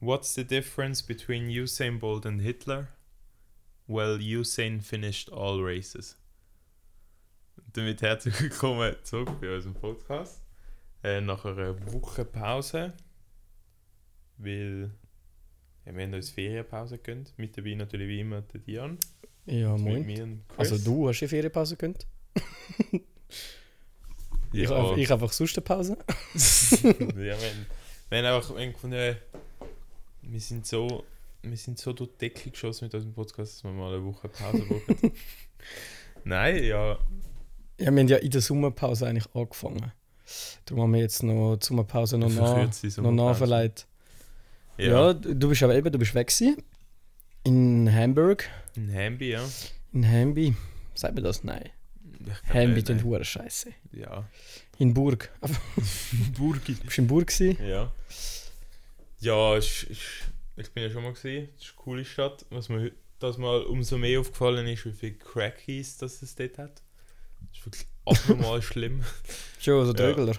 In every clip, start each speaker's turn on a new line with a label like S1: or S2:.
S1: What's the difference between Usain Bolt and Hitler? Well, Usain finished all races. Und damit herzlich willkommen zurück bei unserem Podcast. Äh, nach einer Woche Pause, weil ja, wir haben uns Ferienpause gönnt. Mit dabei natürlich wie immer der Dian.
S2: Ja,
S1: Mit
S2: moin.
S1: mir und Chris.
S2: Also du hast eine Ferienpause gekönnt? Ich,
S1: ja,
S2: hab- ich einfach sonst eine Pause.
S1: ja, wir, haben, wir haben einfach wir haben gefunden, äh, wir sind so, wir sind so durch die Decke geschossen mit unserem Podcast, dass wir mal eine Woche Pause brauchen. Nein, ja,
S2: Ja, wir haben ja in der Sommerpause eigentlich angefangen. Darum haben wir jetzt noch die Sommerpause noch,
S1: Eine
S2: nach,
S1: verkürzte
S2: noch
S1: Sommerpause.
S2: nachverleiht.
S1: ja,
S2: Ja. du du bist aber eben, du bist weg gewesen. In Hamburg.
S1: ein Hambi, ja.
S2: In Hambi. Sagt mir das? Nein.
S1: Ich glaub,
S2: Hambi,
S1: äh,
S2: den
S1: nein.
S2: Huren Scheiße.
S1: Ja.
S2: In Burg. Du
S1: Burgi.
S2: bist in Burg gewesen.
S1: Ja. Ja, ich, ich, ich bin ja schon mal gesehen. Es ist eine coole Stadt. Was mir hö- das mal umso mehr aufgefallen ist, wie viel Crackies das es dort hat. Das ist wirklich abnormal schlimm.
S2: Schon also, so
S1: Ja.
S2: Drögler.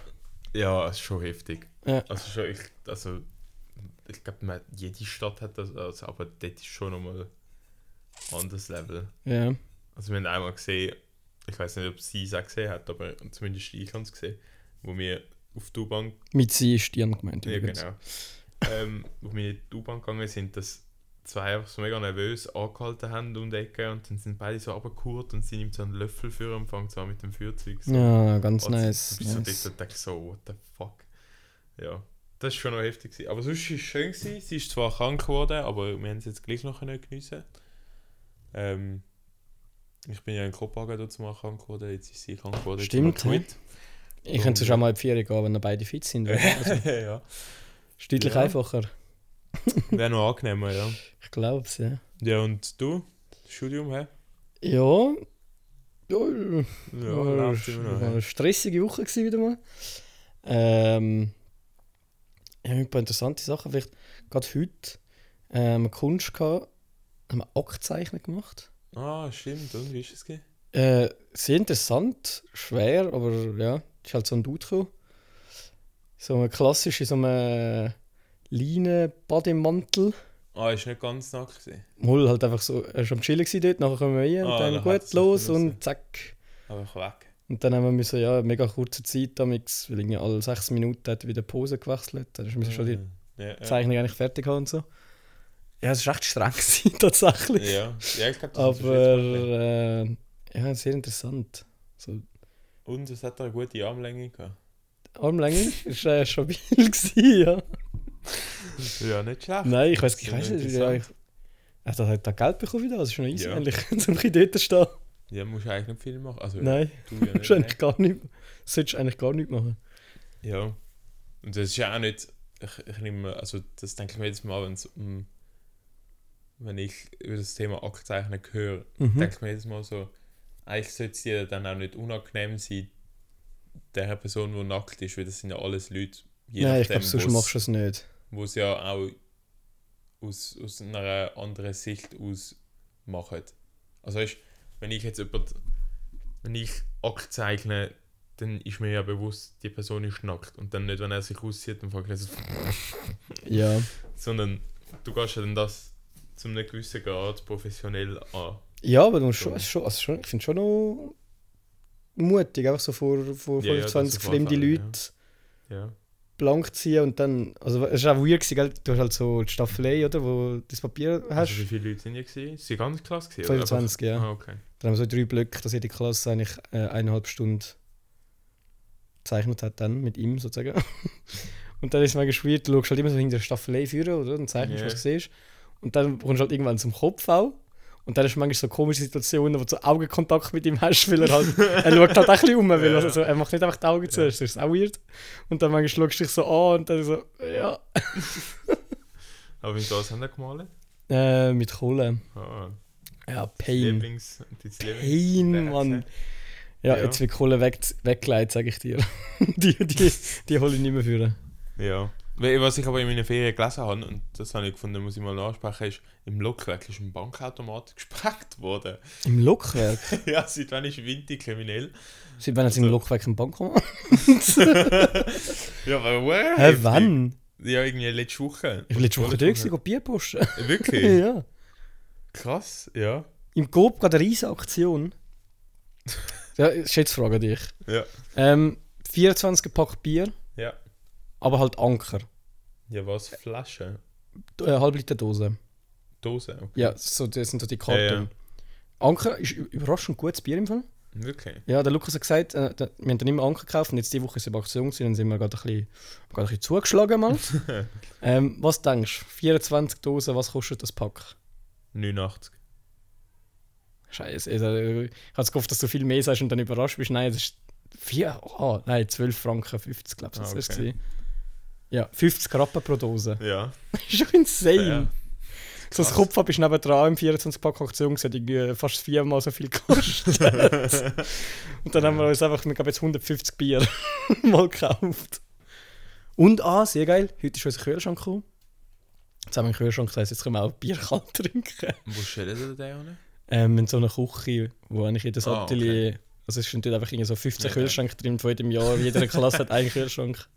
S1: Ja, es ist schon heftig.
S2: Ja.
S1: Also schon, ich, also ich glaube, jede Stadt hat das, also, aber dort ist schon nochmal ein anderes Level.
S2: Ja.
S1: Also wir haben einmal gesehen, ich weiß nicht, ob sie es auch gesehen hat, aber zumindest ich habe es gesehen, wo wir auf die U-Bahn
S2: Mit sie ist Stirn gemeint.
S1: Ja,
S2: übrigens.
S1: genau. ähm, wo wir in die U-Bahn gegangen sind, dass zwei einfach so mega nervös angehalten haben um die Ecke und dann sind beide so runtergehurt und sie nimmt so einen Löffel für und fängt so an mit dem Feuerzeug. So.
S2: Ja, ganz
S1: Und
S2: nice.
S1: Du genau. bist so
S2: nice.
S1: dick und denkst so, what the fuck. Ja, das ist schon noch heftig. Gewesen. Aber sonst war es schön. Gewesen. Sie ist zwar krank geworden, aber wir haben es jetzt gleich noch können geniessen ähm, Ich bin ja in Kopenhagen dazu mal krank geworden, jetzt ist sie krank geworden. jetzt haben wir
S2: Stimmt, hä?
S1: gewinnt.
S2: Ich könnte schon mal in die Ferien gehen, wenn beide fit sind. Also,
S1: ja.
S2: ist deutlich
S1: Ja.
S2: einfacher.
S1: Wäre noch angenehmer, ja.
S2: Ich glaube es, ja.
S1: Ja, und du? Studium, hä?
S2: Ja. Ja,
S1: Ja,
S2: war,
S1: läuft immer noch.
S2: war
S1: hä?
S2: eine stressige Woche gewesen, wieder mal. Ähm, ich habe ein paar interessante Sachen. Vielleicht gerade heute ähm, eine Kunst gehabt, haben wir Aktzeichnen gemacht.
S1: Ah, stimmt. Und wie ist es gewesen?
S2: Äh, sehr interessant, schwer, aber ja, ist halt so ein Dude gekommen. So ein klassischer, so ein Leinen-Bademantel.
S1: Ah, ist nicht ganz nackt gewesen.
S2: Mol halt einfach so, er war am Chillen gewesen dort, nachher kommen wir rein und
S1: Ah,
S2: dann
S1: dann hat's
S2: gut
S1: sich
S2: los
S1: müssen.
S2: und zack.
S1: Aber ich weg.
S2: Und dann haben wir müssen, ja, mega kurze Zeit damit, weil irgendwie alle sechs Minuten hat wieder die Pose gewechselt, dann müssen wir schon die
S1: Hm. Ja, ja.
S2: Zeichnung eigentlich fertig haben und so. Ja, es war recht streng gewesen, tatsächlich.
S1: Ja, ja ich glaube, das ist
S2: Aber
S1: jetzt wirklich-
S2: äh, ja, sehr interessant. So,
S1: Und es hat auch eine gute Armlänge gehabt.
S2: Armlänge ist äh, stabil gewesen, ja.
S1: Ja, nicht schlecht.
S2: Nein, ich weiß
S1: ist
S2: ich weiß nicht, ja, ich,
S1: interessant.
S2: Ach, das hat halt da Geld bekommen wieder, das ist schon easy
S1: Ja.
S2: eigentlich, zum ein bisschen dort stehen.
S1: Ja, musst du eigentlich nicht viel machen. Also,
S2: Nein.
S1: du ja nicht.
S2: Solltest eigentlich gar nicht, solltest eigentlich gar nicht machen.
S1: ne? Ja. Und das ist ja auch nicht. Ich, ich nehme, also das denke ich mir jetzt mal, wenn's um, wenn ich über das Thema Aktzeichnen höre,
S2: Mhm.
S1: denke ich mir jedes Mal so, eigentlich sollte es dir dann auch nicht unangenehm sein, der Person, die nackt ist, weil das sind ja alles Leute, je
S2: Nein, ich
S1: nachdem,
S2: glaube, sonst
S1: wo's-
S2: machst du es nicht.
S1: wo es ja auch aus, aus einer anderen Sicht aus machen. Also weißt, wenn ich jetzt jemand, wenn ich Akt zeichne, dann ist mir ja bewusst, die Person ist nackt und dann nicht, wenn er sich aussieht, dann fragt er so,
S2: Ja.
S1: sondern du gehst ja dann das zu einem gewissen Grad professionell an.
S2: Ja, aber du musst schon, es ist schon, also schon, ich finde schon noch mutig, einfach so vor, vor
S1: Ja, ja,
S2: 25
S1: das auf jeden
S2: fremde
S1: Fall,
S2: Leute
S1: Ja.
S2: blank ziehen und dann. Also es war auch weird, gewesen, gell? Du hast halt so die Staffelei, oder? Wo du das Papier hast.
S1: Also, wie viele Leute sind ja gesehen? Sie ganz klasse gesehen.
S2: 25, ja.
S1: Ah, okay.
S2: Dann haben wir so drei Blöcke, dass jede Klasse eigentlich äh, eineinhalb Stunden gezeichnet hat, dann mit ihm sozusagen. und dann ist es mega schwierig, du schaust halt immer so hinter der Staffelei führen, oder? Und zeichnest,
S1: Ja.
S2: was du siehst. Und dann kommst du halt irgendwann zum Kopf auch. Und dann hast du manchmal so komische Situationen, wo du so Augenkontakt mit ihm hast, weil er halt, er schaut halt auch ein bisschen um, weil
S1: Ja.
S2: also, er macht nicht einfach die Augen zu, das ist auch weird. Und dann manchmal schaust du dich so an und dann so, ja.
S1: Aber mit was haben wir gemalt?
S2: Äh, mit Kohle.
S1: Ah,
S2: Ja, Pain.
S1: Lieblings. dein
S2: Pain, Mann. Ja,
S1: Ja.
S2: jetzt wird Kohle weg, weggelegt, sage ich dir. die, die, die hole ich nicht mehr führen.
S1: Ja. We- Was ich aber in meinen Ferien gelesen habe, und das habe ich gefunden, muss ich mal ansprechen, ist, im Lokwerk ist ein Bankautomat gesprengt worden.
S2: Im Lokwerk?
S1: ja, seit wann ist Winti kriminell?
S2: Seit wann hat es im Lokwerk einen Bank gemacht?
S1: Ja, aber woher?
S2: Hä, wann?
S1: Ja, irgendwie letzte Woche.
S2: Ich bin letzte Woche durch, ich Bier posten.
S1: Wirklich?
S2: ja.
S1: Krass, ja.
S2: Im Coop gerade eine riesige Aktion. ja, Schätzfrage an dich.
S1: Ja.
S2: Ähm, 24 Pack Bier,
S1: Ja.
S2: aber halt Anker.
S1: Ja, was? Flasche?
S2: D- Äh, halb Liter Dose.
S1: Dose? Okay.
S2: Ja, so, das sind so die Karten.
S1: Ja, ja.
S2: Anker ist ü- überraschend gutes Bier im Fall.
S1: Wirklich?
S2: Ja, der Lukas hat gesagt, äh, der, wir haben dann immer Anker gekauft und jetzt diese Woche ist es aber Aktion gewesen, dann sind wir gerade ein bisschen, gerade ein bisschen zugeschlagen mal. ähm, was denkst du? 24 Dosen, was kostet das Pack?
S1: 89.
S2: Scheiße, also, äh, ich hatte gehofft, dass du viel mehr sagst und dann überrascht bist. Nein, es ist vier, ah, nein, 12 Franken 50, glaube ich, das
S1: Ah,
S2: ist
S1: okay.
S2: es. Ja, 50 Rappen pro Dose.
S1: Ja.
S2: Das ist doch insane.
S1: Ja.
S2: So das
S1: Krass.
S2: Kopf ist nebendran im 24-Pack-Aktion gesehen, irgendwie fast viermal so viel gekostet. und dann haben wir uns einfach, wir haben jetzt 150 Bier mal gekauft. Und ah, sehr geil, heute ist unser Kühlschrank gekommen. Jetzt haben wir einen Kühlschrank, das heisst, jetzt können wir auch Bier kalt trinken.
S1: Wo stellen sie den ohne?
S2: Ähm, in so einer Küche, wo eigentlich jedes
S1: Ah, okay.
S2: Atelier, also es sind dort einfach irgendwie so 15
S1: Ja, ja.
S2: Kühlschränke drin von jedem Jahr, jeder Klasse hat einen Kühlschrank.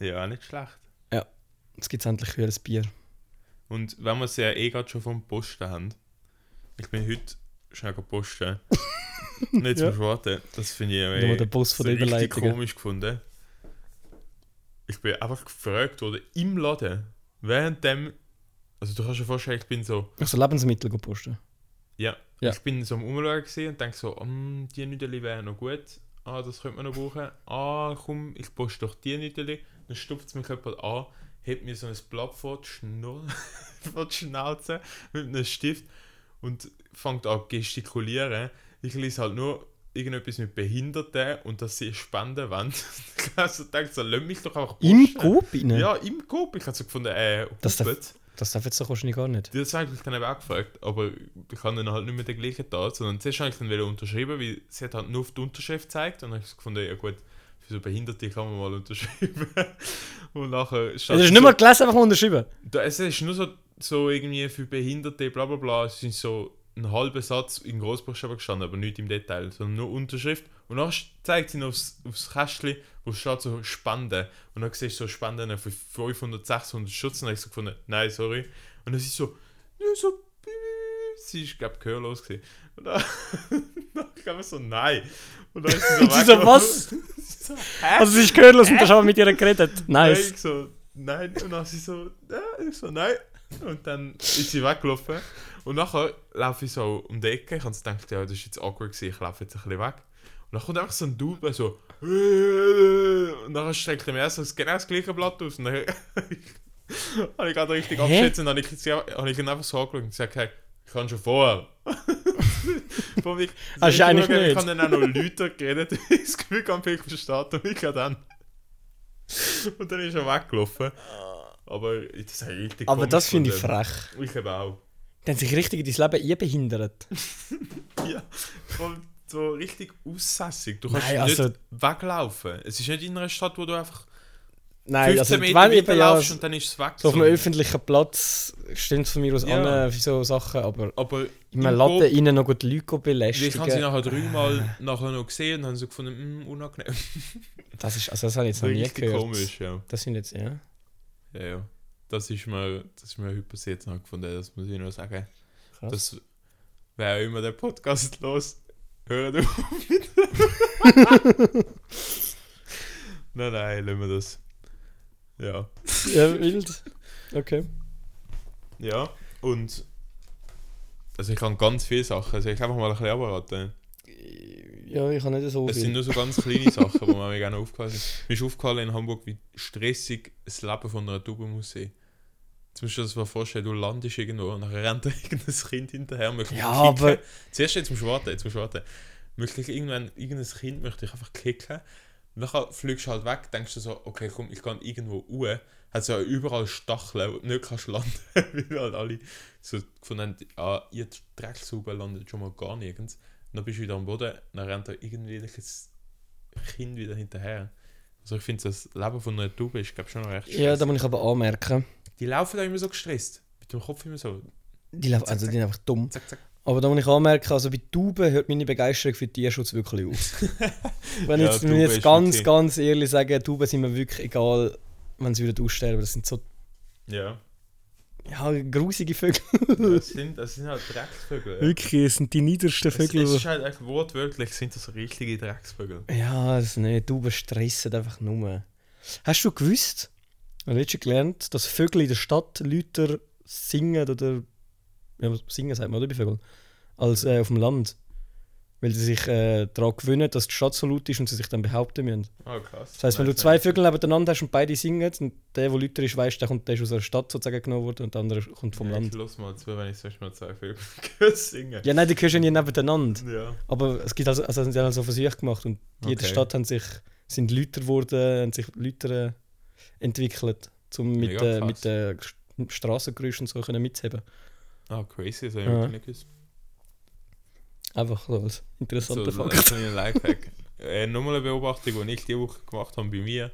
S1: Ja, nicht schlecht.
S2: Jetzt gibt es endlich kühles Bier.
S1: Und wenn wir es ja eh gerade schon vom Posten haben, ich bin heute schnell gegangen posten. Nicht zum
S2: Ja.
S1: Schwarten, das finde ich ja
S2: Nur der Boss von der
S1: richtig
S2: Überleitung.
S1: komisch gefunden. Ich bin einfach gefragt worden im Laden, während dem. Also, du kannst dir vorstellen, ich bin so.
S2: Also Lebensmittel posten.
S1: Ja,
S2: Ja.
S1: ich bin so am Umschauen gewesen und denke so, «Mm, die Nüdeli wären noch gut. Ah, das könnte man noch brauchen. Ah, komm, ich poste doch die Nüdeli. Dann stupft mich jemand an, hebt mir so ein Blatt vor die, Schnur vor die Schnauze mit einem Stift und fängt an zu gestikulieren. Ich lese halt nur irgendetwas mit Behinderten und dass sie Spenden wollen. also denkt so, lass mich doch einfach
S2: Im
S1: posten.»
S2: Coop rein?
S1: Ja, im Coop. Ich habe so gefunden, äh,
S2: Das darf-
S1: Hubbard.
S2: Das darf jetzt doch wahrscheinlich gar nicht.
S1: Das habe ich mich dann eben auch gefragt, aber ich habe dann halt nicht mehr den gleichen da, sondern zuerst habe ich dann wieder unterschrieben, weil sie hat halt nur auf die Unterschrift gezeigt und dann habe ich gefunden, ja gut, für so Behinderte kann man mal unterschreiben. Und nachher
S2: Das Also ist nicht mal gelesen, einfach mal unterschrieben.
S1: da, es ist nur so, so irgendwie für Behinderte, bla bla bla, es sind so ein halber Satz in Großbuchstaben gestanden, aber nicht im Detail, sondern nur Unterschrift. Und dann zeigt sie noch aufs, aufs Kästchen, wo steht so Spenden. Und dann siehst du so Spenden für 500, 600 Schutz. Und dann habe ich so gefunden, nein, sorry. Und dann ist sie so, ja, so, piep. sie ist, glaube ich, gehörlos gewesen. Und dann, dann kam so, nein. Und dann ist sie so,
S2: Sie so,
S1: weggelaufen.
S2: was?
S1: Sie so,
S2: Also sie ist gehörlos und da haben wir mit ihr geredet.
S1: Nein,
S2: Nice.
S1: ich so, nein. Und dann sie so, nein. Ich so, nein. Und dann ist sie weggelaufen. Und nachher laufe ich so um die Ecke. Ich habe gedacht, ja, das ist jetzt awkward gewesen. Ich laufe jetzt ein bisschen weg. Und dann kommt einfach so ein Dude, der so, und dann streckt er mir erst so genau das gleiche Blatt aus. Und dann habe ich gerade richtig
S2: Hä?
S1: abgeschätzt und dann habe ich, sie- habe ich ihn einfach so angeschaut und gesagt, hey, ich kann schon vorher. Von mir-
S2: Hast du
S1: ich
S2: eigentlich
S1: schaue, Ich
S2: nicht?
S1: habe dann auch noch Leute geredet, weil ich das Gefühl habe, ich verstehe mich ja dann. Und dann ist er weggelaufen. Aber das ist richtig
S2: Aber
S1: komisch
S2: das finde ich
S1: gefunden.
S2: frech.
S1: Ich eben auch.
S2: Die haben sich richtig in dein Leben einbehindert.
S1: Ja, voll so richtig aussässig. Du kannst
S2: Nein,
S1: nicht
S2: also-
S1: weglaufen. Es ist nicht in einer Stadt, wo du einfach 15
S2: Nein, also
S1: Meter
S2: wenn eben ja,
S1: weiterlaufst
S2: so
S1: und dann ist es weg.
S2: auf einem
S1: sondern-
S2: öffentlichen Platz stimmt es von mir aus
S1: Ja.
S2: an äh, für so Sachen, aber
S1: Aber
S2: in
S1: im
S2: einem
S1: Coop-
S2: Laden innen noch gut Leute
S1: Ich habe sie
S2: belästigen.
S1: nachher dreimal nachher noch gesehen und haben sie gefunden, mm, unangenehm.
S2: Das ist, also das habe ich jetzt noch nie
S1: Richtig
S2: gehört.
S1: komisch, ja.
S2: Das sind jetzt, ja.
S1: ja, ja. Das ist mir, das ist mir heute passiert, habe ich gefunden, das muss ich nur sagen.
S2: Krass.
S1: Das wäre immer der Podcast los. Hör auf mit. nein, nein, lassen wir das. Ja.
S2: ja, wild. Okay.
S1: Ja. Und also ich kann ganz viele Sachen. Also ich kann einfach mal ein bisschen abraten.
S2: Ja, ich habe nicht so
S1: Es sind
S2: viel.
S1: nur so ganz kleine Sachen, die mir gerne aufgefallen sind. Mir ist aufgefallen in Hamburg, wie stressig das Leben von einer Taube muss sein. Jetzt musst du dir das mal vorstellen, du landest irgendwo und dann rennt da irgendein Kind hinterher. und möchte
S2: Ja,
S1: dich kicken.
S2: aber-
S1: Zuerst jetzt musst du warten, jetzt musst du warten. Möchtlich irgendwann, irgendein Kind möchte ich einfach kicken. Nachher fliegst du halt weg, denkst du so, okay, komm, ich kann irgendwo uhr. Hat so überall Stacheln, wo du nicht kannst landen, weil halt alle so gefunden haben, ah, ihr Drecksauber landet schon mal gar nirgends. Dann bist du wieder am Boden, dann rennt da irgendwie das Kind wieder hinterher. Also ich finde, das Leben von einer Taube ist, glaube ich, schon recht
S2: Ja, da
S1: stressig.
S2: muss ich aber anmerken.
S1: Die laufen da immer so gestresst. Mit dem Kopf immer so,
S2: Die, laufen- also, die sind einfach dumm.
S1: zack, zack.
S2: Aber da muss ich anmerken, also bei Tauben hört meine Begeisterung für Tierschutz wirklich auf. wenn ich
S1: Ja,
S2: jetzt,
S1: Tauben
S2: wenn ich jetzt
S1: ist
S2: ganz,
S1: wirklich-
S2: ganz ehrlich sage, Tauben sind mir wirklich egal, wenn sie würden aussterben. Das sind so
S1: Ja.
S2: ja, grusige Vögel.
S1: Das sind, das sind halt Drecksvögel. Ja.
S2: Wirklich, es sind die niedersten
S1: Es, es
S2: Vögel.
S1: ist
S2: die-
S1: halt echt wortwörtlich, sind das richtige Drecksvögel.
S2: Ja, das nicht. Du bestressen einfach nur. Hast du gewusst, oder hast du gelernt, dass Vögel in der Stadt Leute singen oder. Ja, was- singen sagt man, oder? Bei Vögeln. Als äh, auf dem Land. Weil sie sich äh, daran gewöhnen, dass die Stadt so laut ist und sie sich dann behaupten müssen.
S1: Oh, krass.
S2: Das heisst, wenn du zwei Vögel nebeneinander hast und beide singen, und der, der lauter ist, weißt, der, kommt, der ist aus der Stadt sozusagen genommen worden und der andere kommt
S1: vom
S2: vom
S1: ja, Land.
S2: Land.
S1: Ich lass mal zu, wenn ich sonst mal zwei Vögel höre singen.
S2: Ja, nein, die hörst du ja nie nebeneinander.
S1: Ja.
S2: Aber es gibt also, also sie haben so Versuche gemacht und die in der
S1: Okay.
S2: Stadt haben sich, sind Lüter geworden, haben sich Lüter äh, entwickelt, um mit,
S1: Mega
S2: äh,
S1: krass.
S2: mit den Straßengeräuschen und so können mitzuheben.
S1: Ah, crazy, das habe ich
S2: Ja.
S1: wirklich nicht gewusst.
S2: Einfach so als interessanter
S1: so,
S2: Fakt.
S1: So ein Lifehack. äh, nochmal eine Beobachtung, die ich diese Woche gemacht habe bei mir,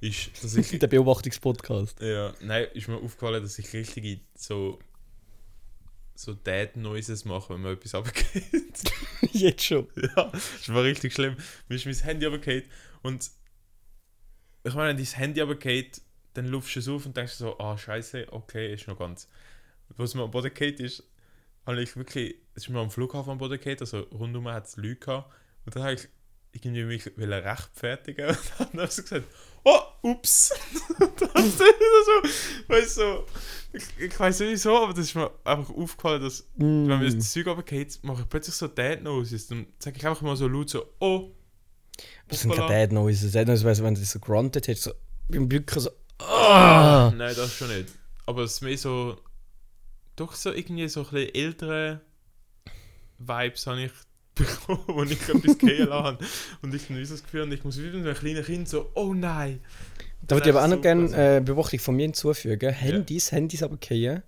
S1: ist, dass ich
S2: Der Beobachtungspodcast.
S1: Ja, nein, ist mir aufgefallen, dass ich richtige so so Dead Noises mache, wenn mir etwas abgeht.
S2: Jetzt schon.
S1: ja, das war richtig schlimm. Mir ist mein Handy abgeht und ich meine, wenn dein Handy abgeht, dann lufst du es auf und denkst so, ah, scheiße, okay, ist noch ganz. Was mir am Boden geht, ist, habe ich wirklich, es ist mir am Flughafen am Boden geht, also rundum hat es Leute gehabt und dann habe ich irgendwie mich will rechtfertigen und dann habe ich so gesagt, oh, ups. Und dann ist so, weißt du, so, ich, ich weiß nicht wieso, aber das ist mir einfach aufgefallen, dass
S2: Mm.
S1: wenn mir das Zeug runtergeht, mache ich plötzlich so Dead Noises. Dann sage ich einfach mal so laut so, oh.
S2: Das sind keine
S1: hoppala.
S2: Dead Noises. Dead Noises weiss, wenn du das so grunted hättest, so beim Bücken so. Ah!
S1: Nein, das schon nicht. Aber es ist mehr so, doch so irgendwie so ein bisschen ältere Vibes habe ich bekommen, wenn ich etwas gehen habe. Und ich habe so das Gefühl, und ich muss wieder mit einem kleinen Kind so, oh nein.
S2: Da würde ich aber
S1: Das
S2: auch noch
S1: ist
S2: gerne
S1: super.
S2: äh, eine Beobachtung von mir hinzufügen. Handys, Handys aber gehen,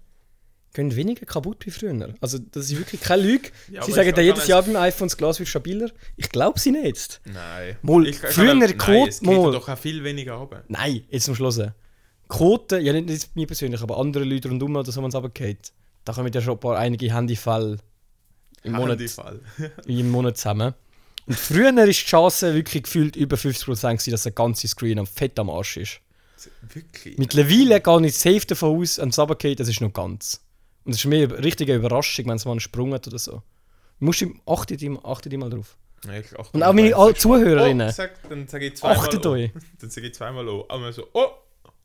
S2: gehen weniger kaputt wie früher. Also, das ist wirklich keine Lüge.
S1: Ja, aber
S2: sie sagen
S1: es
S2: ja
S1: kann
S2: jedes
S1: auch
S2: Jahr beim iPhone, das Glas wird stabiler. Ich glaube sie nicht.
S1: Nein.
S2: Mal,
S1: ich, ich
S2: früher
S1: kann,
S2: Quote-
S1: nein, es geht
S2: mal.
S1: doch auch viel weniger runter.
S2: Nein, jetzt zum Schluss. Quoten, ja nicht, nicht mir persönlich, aber andere Leute rundum, oder so, wenn es runtergeht. Da kommen ja schon ein paar einige Handyfälle im Monat,
S1: Handyfall.
S2: im Monat zusammen. Und früher war die Chance wirklich gefühlt über 50%, gewesen, dass der ganze Screen am fett am Arsch ist.
S1: Wirklich.
S2: Mittlerweile gehe ich safe davon aus, am Sabbat geht, das ist noch ganz. Und es ist mir eine richtige Überraschung, wenn es mal einen Sprung hat oder so. Musst du achtet immer, achtet immer drauf.
S1: Ja, ich achte
S2: Und
S1: mal
S2: auch meine
S1: drauf.
S2: alle
S1: Oh,
S2: Zuhörerinnen,
S1: sag, dann sage ich zweimal.
S2: achtet
S1: oh.
S2: euch.
S1: Dann sage ich zweimal oh. Aber so, oh,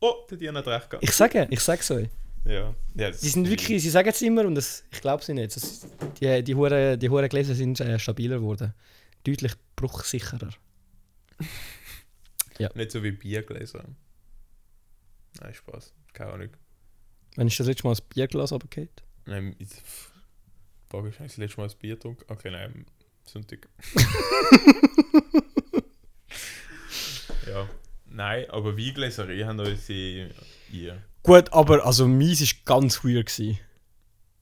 S1: oh, der Diana hat recht gehabt.
S2: Ich sage, ich sag's euch.
S1: Ja. ja das
S2: Die sind wirklich, sie sagen es immer und das, ich glaube sie nicht. Das, die die hure die hure Gläser sind äh, stabiler geworden. Deutlich bruchsicherer.
S1: Nicht so wie Biergläser. Nein, Spaß. Keine Ahnung.
S2: Wenn ich das letzte Mal ein Bierglas runtergeht.
S1: Nein, ich pff, war wahrscheinlich das letzte Mal ein Bier getrunken. Okay, nein, Sonntag. ja. Nein, aber Weingläser, ich habe unsere. Ihr.
S2: Gut, aber also meins war ganz weird. Gewesen.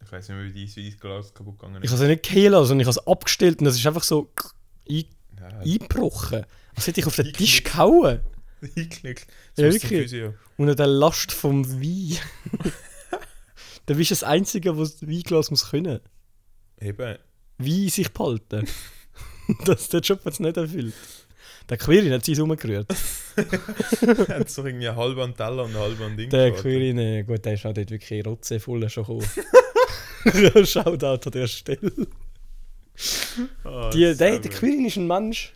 S1: Ich weiß nicht mehr, wie dein wie dein Glas kaputt gegangen
S2: Ich
S1: ist.
S2: habe es nicht geheilt, sondern ich habe es abgestellt und es ist einfach so einge-
S1: Ja,
S2: eingebrochen. Als hätte ich auf den Tisch gehauen.
S1: Eingeknickt.
S2: Ja,
S1: Sonst zum
S2: wirklich.
S1: Physio.
S2: Unter der Last vom Wein. Dann bist du das Einzige, was das Weinglas muss können.
S1: Eben.
S2: Wein in sich behalten. das ist der Job, den es nicht erfüllt. Der Quirin hat sich umgerührt.
S1: Hat so irgendwie halb an den Teller und halb an den Ding.
S2: Der
S1: geraten.
S2: Quirin, äh, gut, der ist auch dort wirklich rotzevoll schon gekommen. Shoutout an der Stelle.
S1: Ah,
S2: Die, der,
S1: das
S2: der
S1: ist so
S2: Quirin ist ein Mensch,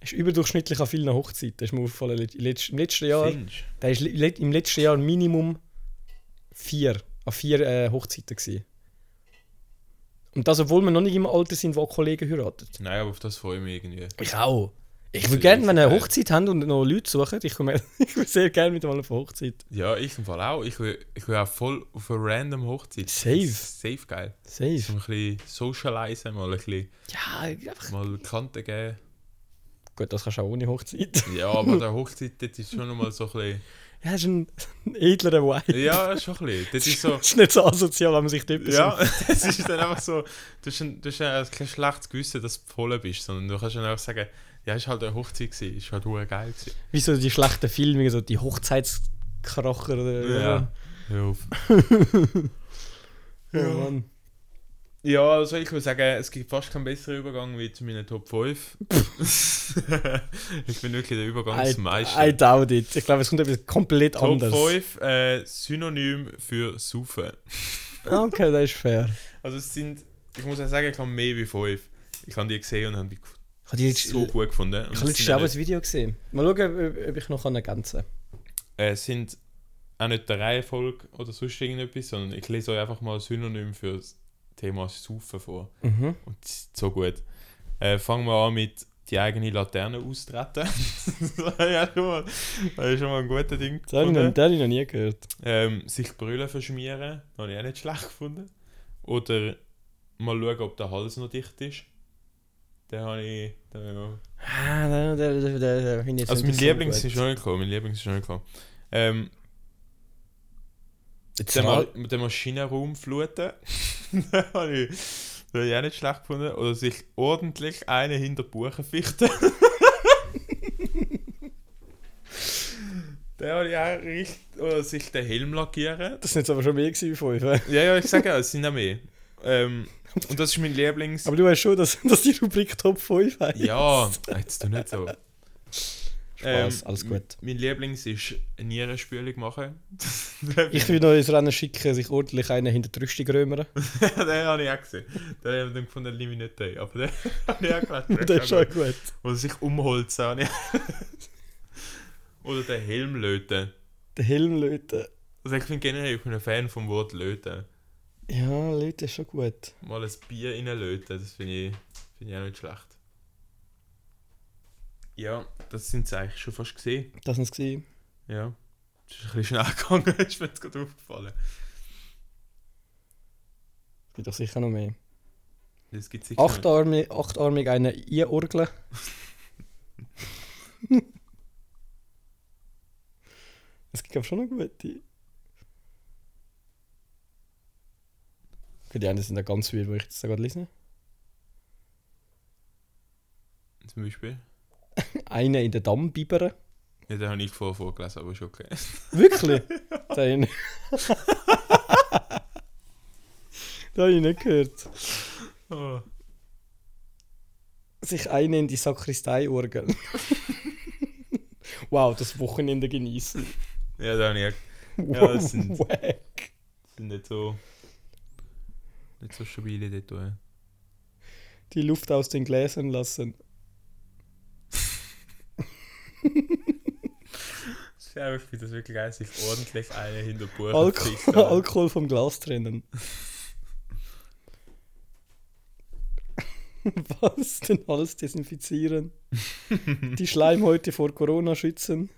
S2: ist überdurchschnittlich an vielen Hochzeiten. Das ist mir aufgefallen let- letzt- im letzten
S1: gut.
S2: Jahr.
S1: Findest
S2: Der ist le- im letzten Jahr Minimum vier, an vier äh, Hochzeiten gewesen. Und das, obwohl wir noch nicht im Alter sind, wo Kollegen heiraten.
S1: du? Nein, aber auf das freue ich mich irgendwie.
S2: Ich auch. Ich
S1: Also,
S2: würde gerne,
S1: ich
S2: wenn ihr eine
S1: auch.
S2: Hochzeit habt und noch Leute suchen, ich komme ich würde sehr gerne mit mal auf eine Hochzeit.
S1: Ja, ich im Fall auch. Ich will, ich will auch voll auf eine random Hochzeit.
S2: Safe.
S1: Das ist Safe geil. So
S2: Safe.
S1: ein bisschen socialisen, mal ein bisschen
S2: Ja, einfach.
S1: mal Kante geben.
S2: Gut, das kannst du auch ohne Hochzeit.
S1: Ja, aber der Hochzeit, das ist schon nochmal so ein bisschen.
S2: Ja, das ist ein, ein edlerer Vibe.
S1: Ja, schon ein bisschen. Das ist so.
S2: Das ist nicht so asozial, wenn man sich dort
S1: Ja, es ist dann einfach so, du hast ein, du hast ein, kein schlechtes Gewissen, dass du voll bist, sondern du kannst dann einfach sagen, ja, es war halt eine Hochzeit, gewesen, es war halt verdammt geil. Gewesen.
S2: Wie so die schlechten Filme, so die Hochzeitskracher. Oder,
S1: Ja. Hör auf.
S2: Oh Mann.
S1: Ja, also ich würde sagen, es gibt fast keinen besseren Übergang wie zu meinen Top 5. ich bin wirklich der Übergangsmeister.
S2: I, I doubt it. Ich glaube, es kommt etwas komplett
S1: Top
S2: anders.
S1: 5 äh, Synonym für Saufen.
S2: Okay, das ist fair.
S1: Also es sind, ich muss auch sagen, ich habe mehr wie 5. Ich habe die gesehen und habe die g-
S2: Ich habe letzt-
S1: so
S2: ich
S1: gut gefunden. Und
S2: habe
S1: es
S2: letztens
S1: sind, auch
S2: auch
S1: nicht,
S2: ein Video gesehen. Mal schauen, ob, ob ich noch ergänzen kann.
S1: äh, es sind auch nicht der Reihenfolge oder sonst irgendetwas, sondern ich lese euch einfach mal Synonym für das Thema Saufen vor.
S2: Mhm.
S1: Und das ist so gut. Äh, fangen wir an mit die eigene Laterne austreten. das habe ich auch schon mal, das ist schon mal ein guter Ding.
S2: Das habe ich, noch-
S1: gefunden.
S2: das habe ich noch nie gehört.
S1: Ähm, sich Brüllen verschmieren, habe ich auch nicht schlecht gefunden. Oder mal schauen, ob der Hals noch dicht ist. Den habe ich. Den habe ich auch.
S2: Ah, da, da, da, da, da bin ich jetzt
S1: Also mein
S2: nicht so
S1: Lieblings
S2: gut.
S1: ist noch nicht gekommen. Mein Lieblings ist noch nicht gekommen. Ähm,
S2: Jetzt
S1: den, Ma
S2: mal-
S1: den Maschinenraum fluten. den habe ich, den habe ich auch nicht schlecht gefunden. Oder sich ordentlich einen hinter die Buche fichten. den habe ich auch richtig. Oder sich den Helm lackieren.
S2: Das sind jetzt aber schon mehr gewesen wie fünf. hä?
S1: Ja, ja, ich sage ja, es sind auch mehr. Ähm, und das ist mein Lieblings.
S2: Aber du weißt schon, dass, dass die Rubrik Top 5 heißt.
S1: ja, jetzt du nicht so.
S2: Spaß,
S1: Ähm,
S2: alles gut.
S1: Mein Lieblings ist Nierenspülung machen.
S2: Ich will noch ins Rennen schicken, sich ordentlich einen hinter die Rüstung römern.
S1: den habe ich auch gesehen. Den habe ich dann gefunden, den nehme ich nicht ein. Aber den habe ich auch gelesen.
S2: das ist schon gut.
S1: Oder sich umholzen. habe ich- Oder den Helm löten.
S2: Den Helm löten.
S1: Also ich bin generell ich bin ein Fan vom Wort löten.
S2: Ja, Leute, ist schon gut.
S1: Mal ein Bier reinlöten, das finde ich, find ich auch nicht schlecht. Ja, das sind sie eigentlich schon fast gesehen.
S2: Das sind es gewesen.
S1: Ja. Das ist ein bisschen schnell gegangen, ist mir jetzt gerade aufgefallen.
S2: Es gibt doch sicher noch mehr.
S1: Das gibt's sicher nicht.
S2: Achtarmig, achtarmig einen einurgeln. Es gibt aber schon noch gute. Okay, die einen sind ja ganz viel, wo ich jetzt da gerade lese.
S1: Zum Beispiel.
S2: Einen in den Damm biberen.
S1: Ja, den habe ich vorher vorgelesen, aber ist okay.
S2: Wirklich? Das habe ich nicht, das habe ich nicht gehört.
S1: Oh.
S2: Sich einen in die Sakristei urgeln. wow, das Wochenende genießen.
S1: Ja, den habe ich auch. Ja, das sind-
S2: Wack.
S1: das sind nicht so. nicht so stabile dort. Ja.
S2: die Luft aus den Gläsern lassen.
S1: Ja, ich finde das wirklich geil, sich ordentlich eine hinter die Buche
S2: Alko
S1: fixt, Alter.
S2: Alkohol vom Glas trennen. Was? Den Hals desinfizieren. die Schleimhäute vor Corona schützen.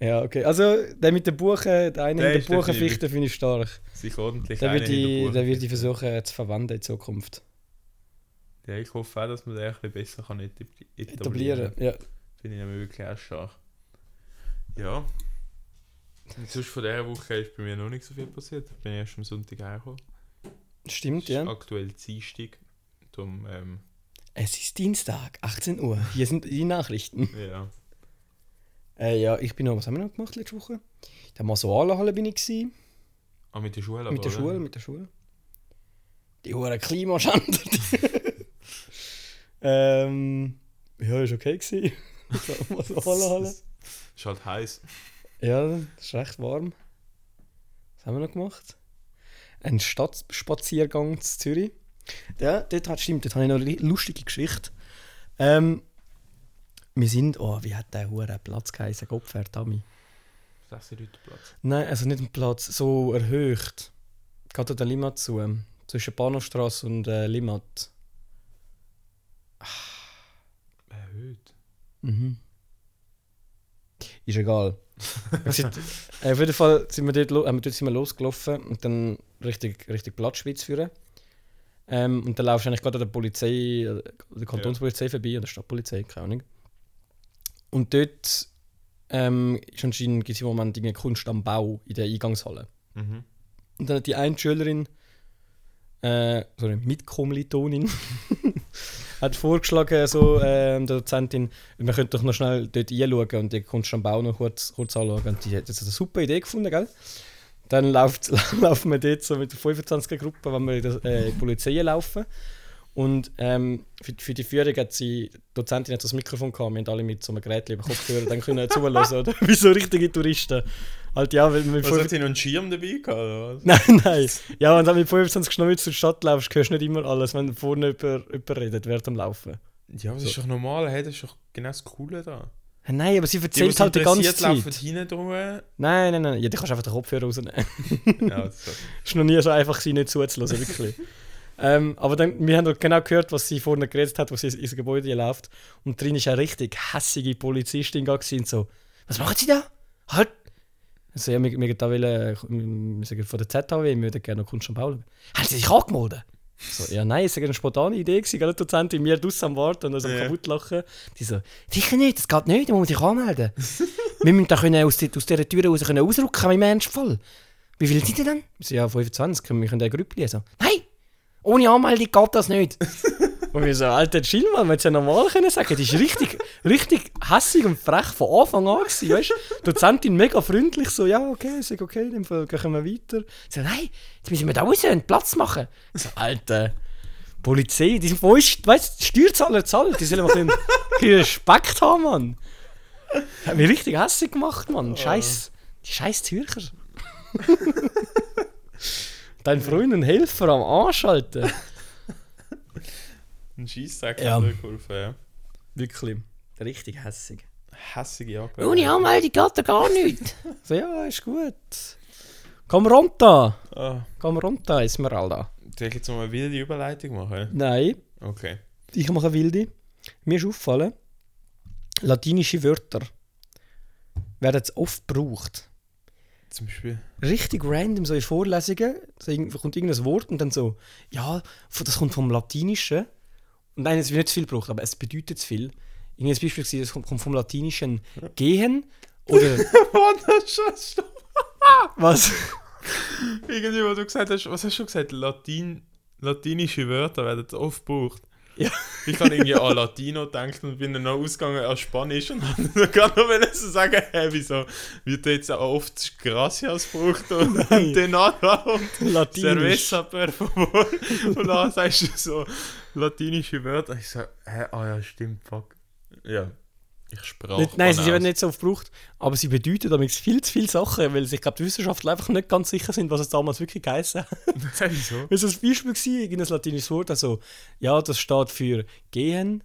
S2: Ja, okay. Also, der mit den Buchen, der eine
S1: Der
S2: mit
S1: ist
S2: den
S1: definitiv-
S2: Buchenfichten finde ich stark.
S1: Sich ordentlich
S2: Der
S1: eine
S2: wird,
S1: hinter die
S2: die,
S1: Buche
S2: der wird die
S1: fixt.
S2: versuchen äh, zu verwenden in Zukunft.
S1: Ja, ich hoffe auch, dass man den ein bisschen besser kann etabli-
S2: Etablieren. Ja.
S1: Finde ich nämlich wirklich auch stark. Ja. Und sonst von dieser Woche ist bei mir noch nicht so viel passiert. Ich bin erst am Sonntag hergekommen.
S2: Stimmt,
S1: Es ist
S2: ja.
S1: aktuell Dienstag. Darum, ähm,
S2: Es ist Dienstag, 18 Uhr. Hier sind die Nachrichten.
S1: ja.
S2: Äh, ja, ich bin noch, was haben wir noch gemacht letzte Woche? In der Masoalenhalle bin ich gewesen,
S1: Ah, mit der Schule aber,
S2: mit der
S1: oder?
S2: Schule, mit der Schule. Die hohen Klimaschande. ähm, ja, ist okay gewesen. Masoalenhalle.
S1: Ist halt heiß.
S2: Ja, ist recht warm. Was haben wir noch gemacht? Ein Stadtspaziergang zu Zürich. Ja, dort hat stimmt, dort habe ich noch eine li- lustige Geschichte. Ähm, wir sind, oh, wie hat der hure Platz geheißen? Gottfried Dami.
S1: 16 Leute Platz.
S2: Nein, also nicht ein Platz, so erhöht. Geht an der Limmat zu. ähm, Zwischen Bahnhofstrasse und äh, Limmat.
S1: Äh, Erhöht.
S2: Mhm. Ist egal. Wir sind, äh, auf jeden Fall sind wir dort, lo- haben wir dort sind wir losgelaufen und dann richtig, richtig Platzspitz führen. Ähm, und dann laufst du eigentlich gerade an der Polizei, an der Kantonspolizei vorbei, an der Stadtpolizei, keine Ahnung. Und dort ähm, ist anscheinend gibt es im Moment irgendeine Kunst am Bau in der Eingangshalle.
S1: Mhm.
S2: Und dann hat die eine Schülerin, äh, so eine Mitkommilitonin, hat vorgeschlagen, so ähm, der Dozentin, wir könnten doch noch schnell dort einschauen und die Kunst am Bau noch kurz, kurz anschauen. Und die hat jetzt eine super Idee gefunden, gell? Dann läuft, laufen wir dort so mit der 25er Gruppe, wenn wir in der äh, in die Polizei laufen. Und ähm, für, für die Führung hat sie, die Dozentin hat das Mikrofon gehabt, wir haben alle mit so einem Gerät über Kopfhörer dann können zuhören, oder? Wie so richtige Touristen. Halt, ja, weil mit
S1: Was
S2: 25
S1: hat sie noch einen Schirm dabei gehabt? Oder was?
S2: Nein, nein. Ja, wenn du mit 25 Kilometern zur Stadt laufst, hörst du nicht immer alles, wenn vorne jemand, jemand redet während dem Laufen.
S1: Ja, aber das ist doch normal, hey, das ist doch genau das Coole da.
S2: Hä, Nein, aber sie
S1: Die, die
S2: erzählt
S1: es
S2: halt die ganze
S1: interessiert,
S2: Zeit.
S1: laufen hinten drum. Ja, also.
S2: Nein, nein, nein. Ja, die kannst einfach den Kopfhörer rausnehmen.
S1: das ist
S2: ist noch nie so einfach, sie nicht zuzulassen, wirklich. ähm, aber dann, wir haben doch genau gehört, was sie vorne geredet hat, was sie ins Gebäude läuft. Und drin ist eine richtig hässige Polizistin da gewesen, und so, was machen Sie da? Halt! Also, ja, wir, wir, da wollen, äh, wir sagen von der ZHW, wir würden gerne noch Kunst und Paul. Haben Sie sich angemeldet? So, ja, nein, es war eine spontane Idee. gewesen, Gell? Die Dozentin, wir draussen am Warten und uns am
S1: Ja.
S2: kaputt lachen. Die so, sicher nicht, das geht nicht, da muss man sich anmelden. wir müssen da können aus, die- aus dieser Tür raus können ausrücken, im Ernstfall. Wie viele sind ihr denn? Wir sind ja 25, wir können eine Gruppe lesen. Nein! Ohne Anmeldung geht das nicht. und wir so, alter chill mal, wir hätten ja normal können sagen. Die war richtig, richtig hässig und frech von Anfang an. Gewesen, weißt? Die Dozentin mega freundlich, so, ja, okay, sag okay, in dem Fall gehen wir weiter. Sie so, nein, jetzt müssen wir da raus und Platz machen. Ich so, alter. Polizei, die sind von uns, weißt du, Steuerzahler zahlen, die sollen mal ein bisschen- ein bisschen Respekt haben, Mann. Hat mich richtig hässlich gemacht, Mann. Scheiß, die scheiß Zürcher. Dein Freund und Helfer am Anschalten.
S1: ein Scheisssack
S2: Ja.
S1: hat dir geholfen, ja.
S2: Wirklich. Richtig hässig.
S1: Hässige Jacke.
S2: Ohne Anmeldung geht da gar nichts. so, ja, ist gut. Komm runter.
S1: Ah,
S2: Komm runter, Esmeralda.
S1: soll ich jetzt noch eine wilde Überleitung machen?
S2: Nein,
S1: Okay.
S2: ich mache eine wilde. Mir ist aufgefallen, latinische Wörter werden jetzt oft gebraucht.
S1: Zum Beispiel.
S2: richtig random so in Vorlesungen, so irgend- kommt irgendein Wort und dann so, ja, von- das kommt vom Latinischen. Und nein, es wird nicht zu viel gebraucht, aber es bedeutet zu viel. Irgendein Beispiel war, das kommt kommt vom Latinischen gehen oder
S1: Mann, das ist schon- schon-
S2: was?
S1: Irgendwie, was du gesagt hast, was hast du gesagt? Latin, latinische Wörter werden oft gebraucht.
S2: Ja.
S1: Ich habe irgendwie an Latino gedacht und bin dann noch ausgegangen an Spanisch und habe dann gerade noch wollen so sagen, hey, wieso wird jetzt auch oft Gracias gebraucht und Denada und
S2: Latinisch.
S1: Cerveza per favor. Und dann sagst du so latinische Wörter. Ich sage, hä, ah ja, stimmt, fuck. Ja, ich sprach.
S2: Nicht, Oh, nein, sie
S1: aus.
S2: werden nicht so oft gebraucht, aber sie bedeuten damit viel zu viele Sachen, weil sich, glaube die Wissenschaftler einfach nicht ganz sicher sind, was es damals wirklich geheißen hat.
S1: Wieso?
S2: Weil es ein Beispiel war, irgendein latinisches Wort, also, ja, das steht für gehen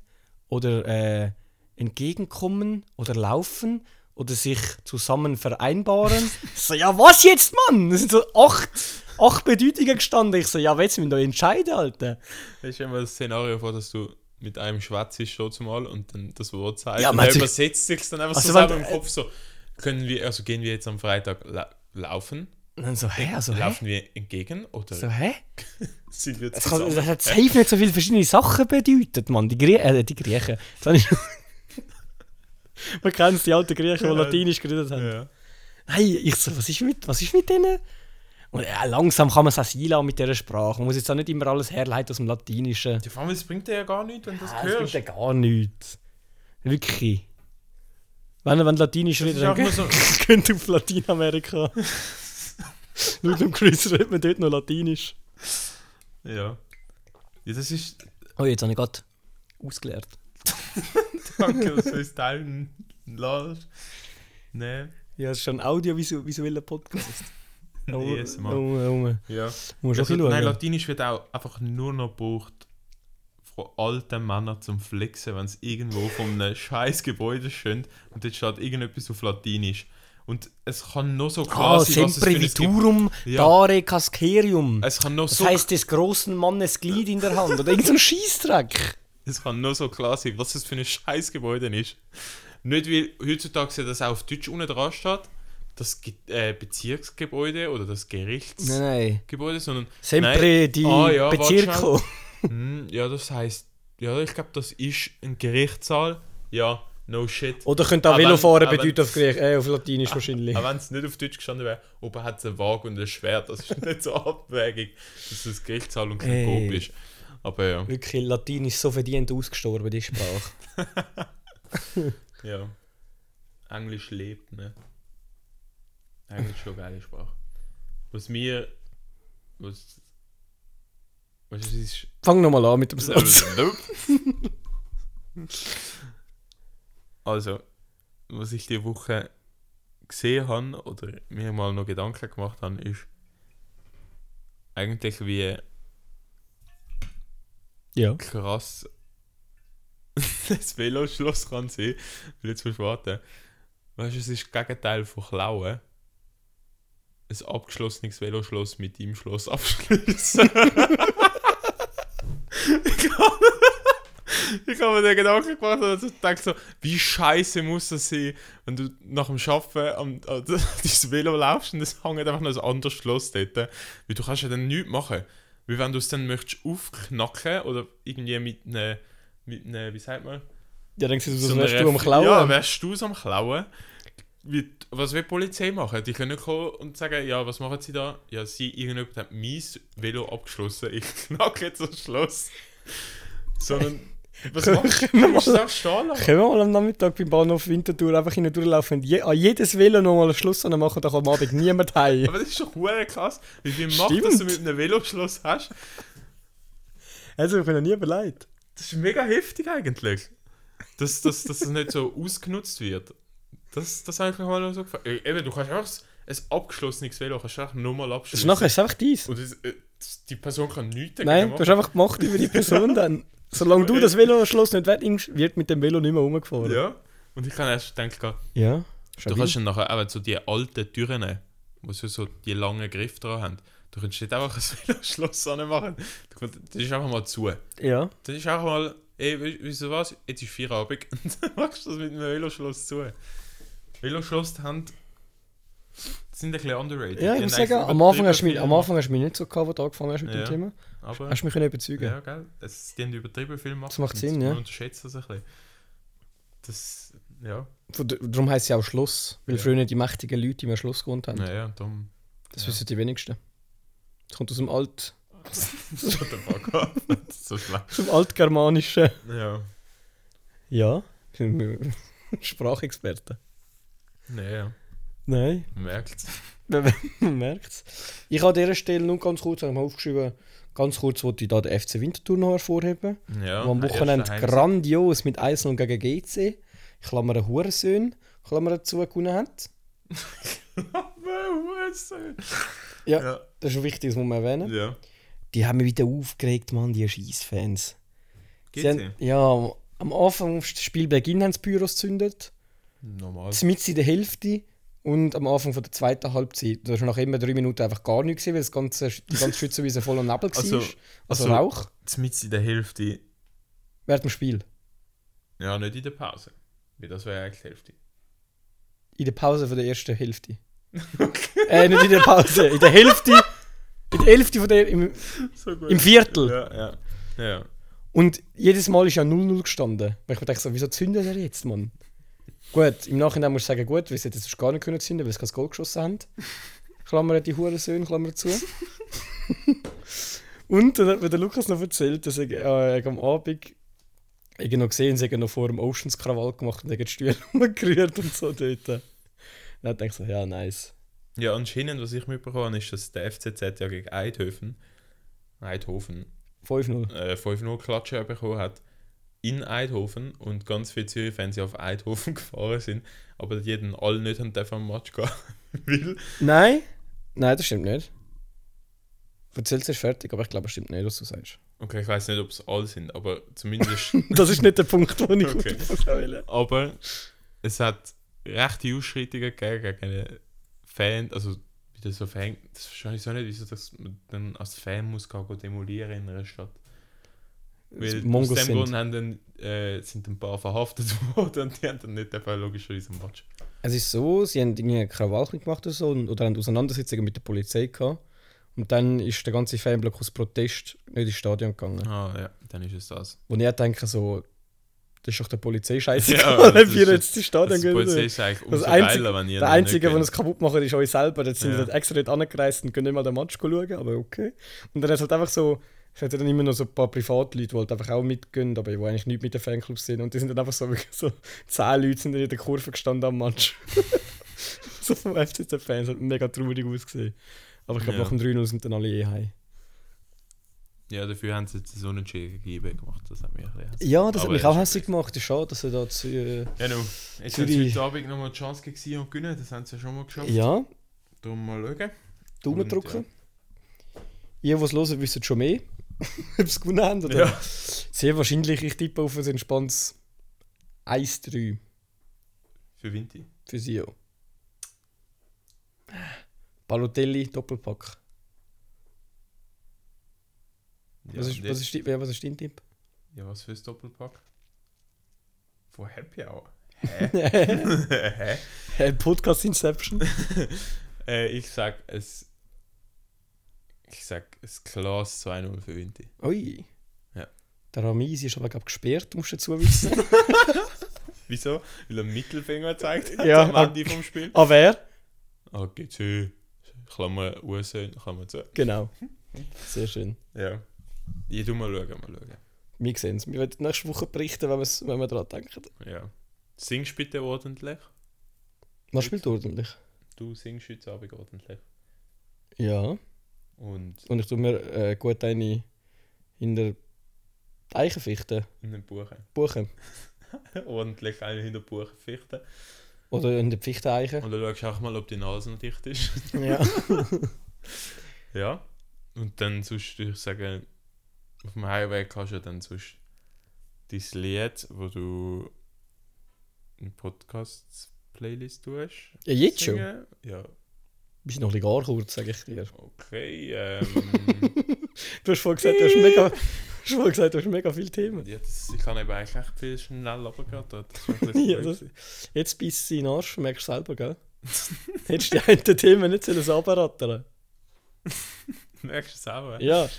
S2: oder äh, entgegenkommen oder laufen oder sich zusammen vereinbaren. so, ja, was jetzt, Mann? Das sind so acht, acht Bedeutungen gestanden. Ich so, ja, aber jetzt müssen wir entscheiden, Alter.
S1: Ich stelle mir das Szenario vor, dass du mit einem schwätzt schon zumal und dann das Wort sagst
S2: Ja,
S1: und
S2: man
S1: er
S2: hat sich-
S1: übersetzt sich dann einfach
S2: Also
S1: so
S2: wenn-
S1: selber im Kopf so. Können wir, also gehen wir jetzt am Freitag la laufen?
S2: Und dann so, hä, also, hä?
S1: Laufen wir entgegen oder
S2: So, hä?
S1: sind wir
S2: Das, kann,
S1: zusammen?
S2: das hat safe nicht so viele verschiedene Sachen bedeutet, Mann. Die, Grie äh, die Griechen. Jetzt habe ich Man kennt die alten Griechen, die Latinisch geredet haben.
S1: Ja.
S2: Nein, ich so, was ist mit, was ist mit denen? Und ja, langsam kann man es auch sein lassen mit dieser Sprache. Man muss jetzt auch nicht immer alles herleiten aus dem Latinischen.
S1: Ja, vor allem, es bringt dir ja gar nichts, wenn du das
S2: Ah, das bringt
S1: hörst.
S2: ja gar nichts. Wirklich. Wenn wenn Latinisch redet,
S1: ist
S2: dann
S1: auch nur so-
S2: geht- geht auf Lateinamerika. Nur dem Chris redet man dort noch Latinisch.
S1: Ja. ja, das ist...
S2: Oh, jetzt habe ich gerade ausgelernt.
S1: Danke, dass du es teilen lässt. Nein.
S2: Ja, es ist schon ein audiovisueller Podcast.
S1: Oh, ASMR.
S2: Oh, oh,
S1: Ja.
S2: oh. Muss
S1: Also,
S2: schon
S1: nein,
S2: schauen.
S1: Latinisch wird auch einfach nur noch gebraucht von alten Männern zum Flexen, wenn sie irgendwo von einem scheiß Gebäude stehen und dort steht irgendetwas auf Latinisch. Und es kann noch so klar
S2: Ah,
S1: sein, was es für
S2: sempre
S1: ein Ge-
S2: viturum,
S1: Ja.
S2: dare cascerium.
S1: es kann noch
S2: Das
S1: so
S2: heisst des großen Mannes Glied in der Hand oder irgendein Scheißdreck.
S1: es kann nur so klar sein, was es für ein scheiß Gebäude ist. Nicht weil heutzutage das auch auf Deutsch unten dran steht, das Ge- äh, Bezirksgebäude oder das Gerichtsgebäude,
S2: nein.
S1: sondern
S2: Sempre
S1: nein,
S2: die
S1: ah, ja, warte schnell.
S2: Bezirko.
S1: Hm, ja, das heißt, ja, ich glaube, das ist ein Gerichtssaal. Ja, no shit.
S2: Oder könnte auch
S1: Aber-
S2: Velofahren
S1: aber-
S2: bedeuten auf, Griech, äh, auf Latinisch wahrscheinlich.
S1: Aber wenn es nicht auf Deutsch gestanden wäre, oben hat es einen Wagen und ein Schwert. Das ist nicht so abwägig, dass es Gerichtssaal und kein
S2: Ey.
S1: Kopf ist. Aber ja,
S2: Wirklich, Latein ist so verdient ausgestorben, die Sprache.
S1: ja. Englisch lebt, ne? Englisch ist schon eine geile Sprache. Was mir. Was. Was ist.
S2: Fang nochmal an mit dem Satz.
S1: Nope. also, was ich die Woche gesehen habe oder mir mal noch Gedanken gemacht habe, ist eigentlich wie
S2: Ja.
S1: krass das Veloschloss kann sein. Weil jetzt musst du warten. Weißt du, es ist das Gegenteil von Klauen. Ein abgeschlossenes Veloschloss mit deinem Schloss abschließen. ich habe- ich habe mir den Gedanken gemacht und ich dachte so, wie scheiße muss das sein, wenn du nach dem Arbeiten am, an dein Velo laufst und es hängt einfach noch ein anderes Schloss dort. Weil du kannst ja dann nichts machen. Wie wenn du es dann möchtest aufknacken oder irgendwie mit einem, mit einem, wie sagt man?
S2: Ja, denkst du,
S1: So
S2: das
S1: eine
S2: wärst du am
S1: Ref- Ja,
S2: Klauen?
S1: wärst du es am Klauen? Wie, was will die Polizei machen? Die können nicht kommen und sagen, ja, was machen sie da? Ja, sie, irgendjemand hat mein Velo abgeschlossen, ich knacke jetzt das Schloss. Sondern, was
S2: Können-
S1: machst du?
S2: können wir
S1: Du musst es
S2: mal-
S1: auch stehen lassen.
S2: Können wir mal am Nachmittag beim Bahnhof Winterthur einfach hinein durchlaufen und je, an jedes Velo nochmal einen Schluss machen, dann kann am Abend niemand heim.
S1: Aber das ist doch hure krass, wie viel Macht dass du
S2: Stimmt.
S1: mit einem Veloschloss hast.
S2: Also, ich bin noch nie beleidigt.
S1: Das ist mega heftig eigentlich. Dass, dass, dass es nicht so ausgenutzt wird. Das, das habe ich mir mal noch so gefallen. Eben, du kannst einfach ein abgeschlossenes Velo kannst du einfach nur mal
S2: Das
S1: abschließen.
S2: ist nachher ist es einfach dies.
S1: Und es, äh, die Person kann nichts dagegen
S2: Nein, du hast
S1: machen.
S2: einfach gemacht über die Person dann. Solange du das Veloschloss nicht wegnimmst, wird mit dem Velo nicht mehr rumgefahren.
S1: Ja. Und ich kann erst denken,
S2: ja.
S1: du
S2: Stabil.
S1: kannst dann nachher auch so die alten Türen nehmen, wo sie so die langen Griffe dran haben. Du kannst nicht einfach ein Veloschloss anmachen. Du kannst- Das ist einfach mal zu.
S2: ja.
S1: Das ist auch mal, ey, we- weißt du was, jetzt ist Feierabend und dann machst du das mit einem Veloschloss zu. Veloschloss die haben, sind ein bisschen underrated.
S2: Ja,
S1: Die
S2: ich muss
S1: haben
S2: sagen,
S1: eigentlich
S2: am Anfang, hast du mich,
S1: übertrieben
S2: am Anfang hast du mich nicht so gehabt, wo du angefangen hast mit
S1: Ja.
S2: dem Thema.
S1: viel- Aber,
S2: Hast du mich können überzeugen
S1: ja, gell, es, die haben übertrieben viel Macht.
S2: macht
S1: und
S2: Sinn,
S1: man
S2: ja.
S1: unterschätzt das ein bisschen. Das, ja,
S2: Von d- Darum heisst sie auch Schloss, weil
S1: Ja.
S2: früher die mächtigen Leute immer Schloss gewohnt haben.
S1: naja, darum.
S2: Das
S1: ja.
S2: wissen die wenigsten. Das kommt aus dem, Alt,
S1: Shut the fuck up. Das ist so schlecht.
S2: aus dem Altgermanischen.
S1: Ja,
S2: Ja. Sprachexperte.
S1: naja,
S2: Nein,
S1: man merkt
S2: man merkt es. Ich habe an dieser Stelle nur ganz kurz einmal aufgeschrieben, ganz kurz wollte ich da den FC Winterthur noch hervorheben.
S1: ja,
S2: wo am
S1: erster
S2: Wochenende
S1: Heim-
S2: grandios mit 1-0 gegen GC, Klammer einen Hurensohn, Klammer dazu gewonnen hat. Ja,
S1: Ja.
S2: das ist schon wichtig, das muss man erwähnen.
S1: Ja.
S2: Die haben mich wieder aufgeregt, Mann, die Scheiss-Fans.
S1: Geht's
S2: Sie haben, ja, am Anfang, am Spielbeginn haben sie Büros gezündet,
S1: Normal.
S2: mit in der Hälfte und am Anfang von der zweiten Halbzeit. Da war nach immer drei Minuten einfach gar nichts, gewesen, weil das ganze, die ganze Schützenwiese voller Nebel war.
S1: Also-
S2: Also, also
S1: also-
S2: Rauch
S1: Mit in der Hälfte
S2: während dem Spiel.
S1: Ja, nicht in der Pause. Weil das wäre eigentlich die Hälfte.
S2: In der Pause von der ersten Hälfte. äh, nicht in der Pause, in der Hälfte. In der Hälfte von der, im,
S1: So gut.
S2: im Viertel.
S1: Ja, ja. Ja,
S2: Und jedes Mal ist ja 0-0 gestanden. Weil ich mir dachte, so, wieso zündet er jetzt, Mann? Gut, im Nachhinein muss ich sagen, gut, weil sie hätten es gar nicht können zünden, weil sie kein Goal geschossen haben. Klammer die Hurensöhne, Klammer zu. Und dann hat mir der Lukas noch erzählt, dass er äh, am Abend ich noch gesehen, sie haben noch vor dem Oceans Krawall gemacht und haben die Stühle umgerührt und so dort. Dann dachte ich so, ja, nice.
S1: ja anscheinend, was ich mitbekommen habe, ist, dass der FCZ ja gegen Eidhofen, Eidhofen
S2: 5-0.
S1: äh, 5-0-Klatsche bekommen hat in Eidhofen und ganz viele Zürich-Fans ja auf Eidhofen gefahren sind, aber die hätten alle nicht haben dürfen am Match gehen, weil
S2: Nein, nein, das stimmt nicht. Erzählst du es fertig, aber ich glaube, es stimmt nicht, was du sagst.
S1: okay, ich weiß nicht, ob es alle sind, aber zumindest
S2: Das ist nicht der Punkt, wo ich
S1: Okay.
S2: okay.
S1: Aber es hat rechte Ausschreitungen gegeben gegen einen Fan, also wieder so Fan, das verstehe ich so nicht, wieso das man dann als Fan muss gehen, gehen demolieren in einer Stadt. Weil aus
S2: Mongos
S1: dem Grund
S2: sind.
S1: haben dann, äh, sind ein paar verhaftet worden und die haben dann nicht dürfen, logischerweise am Match.
S2: Es ist so, sie haben irgendwie einen Krawall gemacht oder so und- oder haben Auseinandersetzungen mit der Polizei gehabt. Und dann ist der ganze Fanblock aus Protest nicht ins Stadion gegangen.
S1: Ah ja, dann ist es das.
S2: Und ich denke so, das ist doch der Polizei scheiße,
S1: Ja,
S2: ja,
S1: Ah, das
S2: wenn wir
S1: ist-
S2: jetzt ins Stadion
S1: Das
S2: gehen.
S1: Polizei
S2: würden.
S1: ist eigentlich umso
S2: Einzige-
S1: geiler, wenn ihr
S2: Der
S1: dann nicht
S2: Einzige, der
S1: gewinnt.
S2: es kaputt macht, ist euch selber. Jetzt sind
S1: Ja.
S2: wir halt extra nicht angereist und können nicht mal den Match schauen, aber okay. Und dann ist halt einfach so, es hat ja dann immer noch so ein paar Privatleute, die halt einfach auch mitgehen, aber die eigentlich nicht mit den Fanclubs sind. Und die sind dann einfach so, wirklich so zehn Leute sind dann in der Kurve gestanden am Match. so vom FCZ-Fans, hat mega traurig ausgesehen. Aber ich glaube,
S1: Ja.
S2: nach dem 3-0 sind dann alle eh heim.
S1: Ja, dafür haben sie jetzt so einen gegeben gemacht. Das hat mich ein bisschen hässlich
S2: Ja, das hat
S1: Aber
S2: mich
S1: er
S2: auch
S1: ist
S2: hässlich gemacht. Das ist Schade, dass er da zu. Äh,
S1: Ja, no. Jetzt haben sie
S2: Zürich.
S1: heute Abend nochmal die Chance gesehen und gewinnen. Das haben sie ja schon mal geschafft.
S2: ja,
S1: Darum mal schauen.
S2: Daumen
S1: Und,
S2: drücken. Ihr, die es hören, wisst schon mehr, ob es gewonnen haben. Oder?
S1: Ja.
S2: Sehr wahrscheinlich, ich tippe auf ein entspanntes 1-3
S1: Für Vinti.
S2: für sie. auch. Balotelli, Doppelpack.
S1: Ja,
S2: was, ist,
S1: und
S2: was,
S1: jetzt-
S2: ist, die- ja, was ist dein Tipp?
S1: ja, was für ein Doppelpack? Von Happy Hour.
S2: Äh, Podcast Inception.
S1: Äh, ich sag es. Ich sag es Klaas 2-0 für Vinti.
S2: Ui.
S1: Ja.
S2: Der Ramisi ist aber glaub, gesperrt, musst du dazu wissen.
S1: Wieso? Weil er Mittelfinger gezeigt hat
S2: Ja,
S1: am Ende vom Spiel.
S2: ah, wer?
S1: Ah, geht's hin. Klammer USA, Klammer zu.
S2: Genau. Sehr schön.
S1: Ja. Ich tu mal schauen, mal schauen.
S2: Wir sehen es. Wir werden nächste Woche berichten, wenn, wir's- wenn wir daran denken.
S1: Ja. Singst bitte ordentlich.
S2: Man spielt ordentlich.
S1: Du singst heute Abend ordentlich.
S2: Ja.
S1: Und
S2: Und ich tue mir äh, gut eine hinter Eichenfichten
S1: in den Buchen.
S2: buchen.
S1: ordentlich einen hinter den Buchen fichten.
S2: Oder in der Fichteneichen.
S1: Und dann schaust du auch mal, ob die Nase noch dicht ist.
S2: Ja.
S1: ja. Und dann sonst, würd ich sagen, auf dem Highway kannst du ja dann sonst dein Lied, wo du in Podcast-Playlist tust.
S2: ja, jetzt schon.
S1: singen. Ja,
S2: Bist noch ein bisschen gar kurz, sage ich dir.
S1: okay. Ähm,
S2: Du hast vorhin gesagt, du hast mega, du hast vorhin gesagt, du hast mega viele Themen.
S1: ja, das, ich kann eben eigentlich echt viel schnell runtergehen. Das war ein
S2: Ja,
S1: bisschen
S2: das-
S1: blöd gewesen.
S2: Jetzt bist du in den Arsch, merkst du selber, gell? Hättest du die einen Themen nicht sollen abrattern
S1: Merkst du es auch? äh? Ja.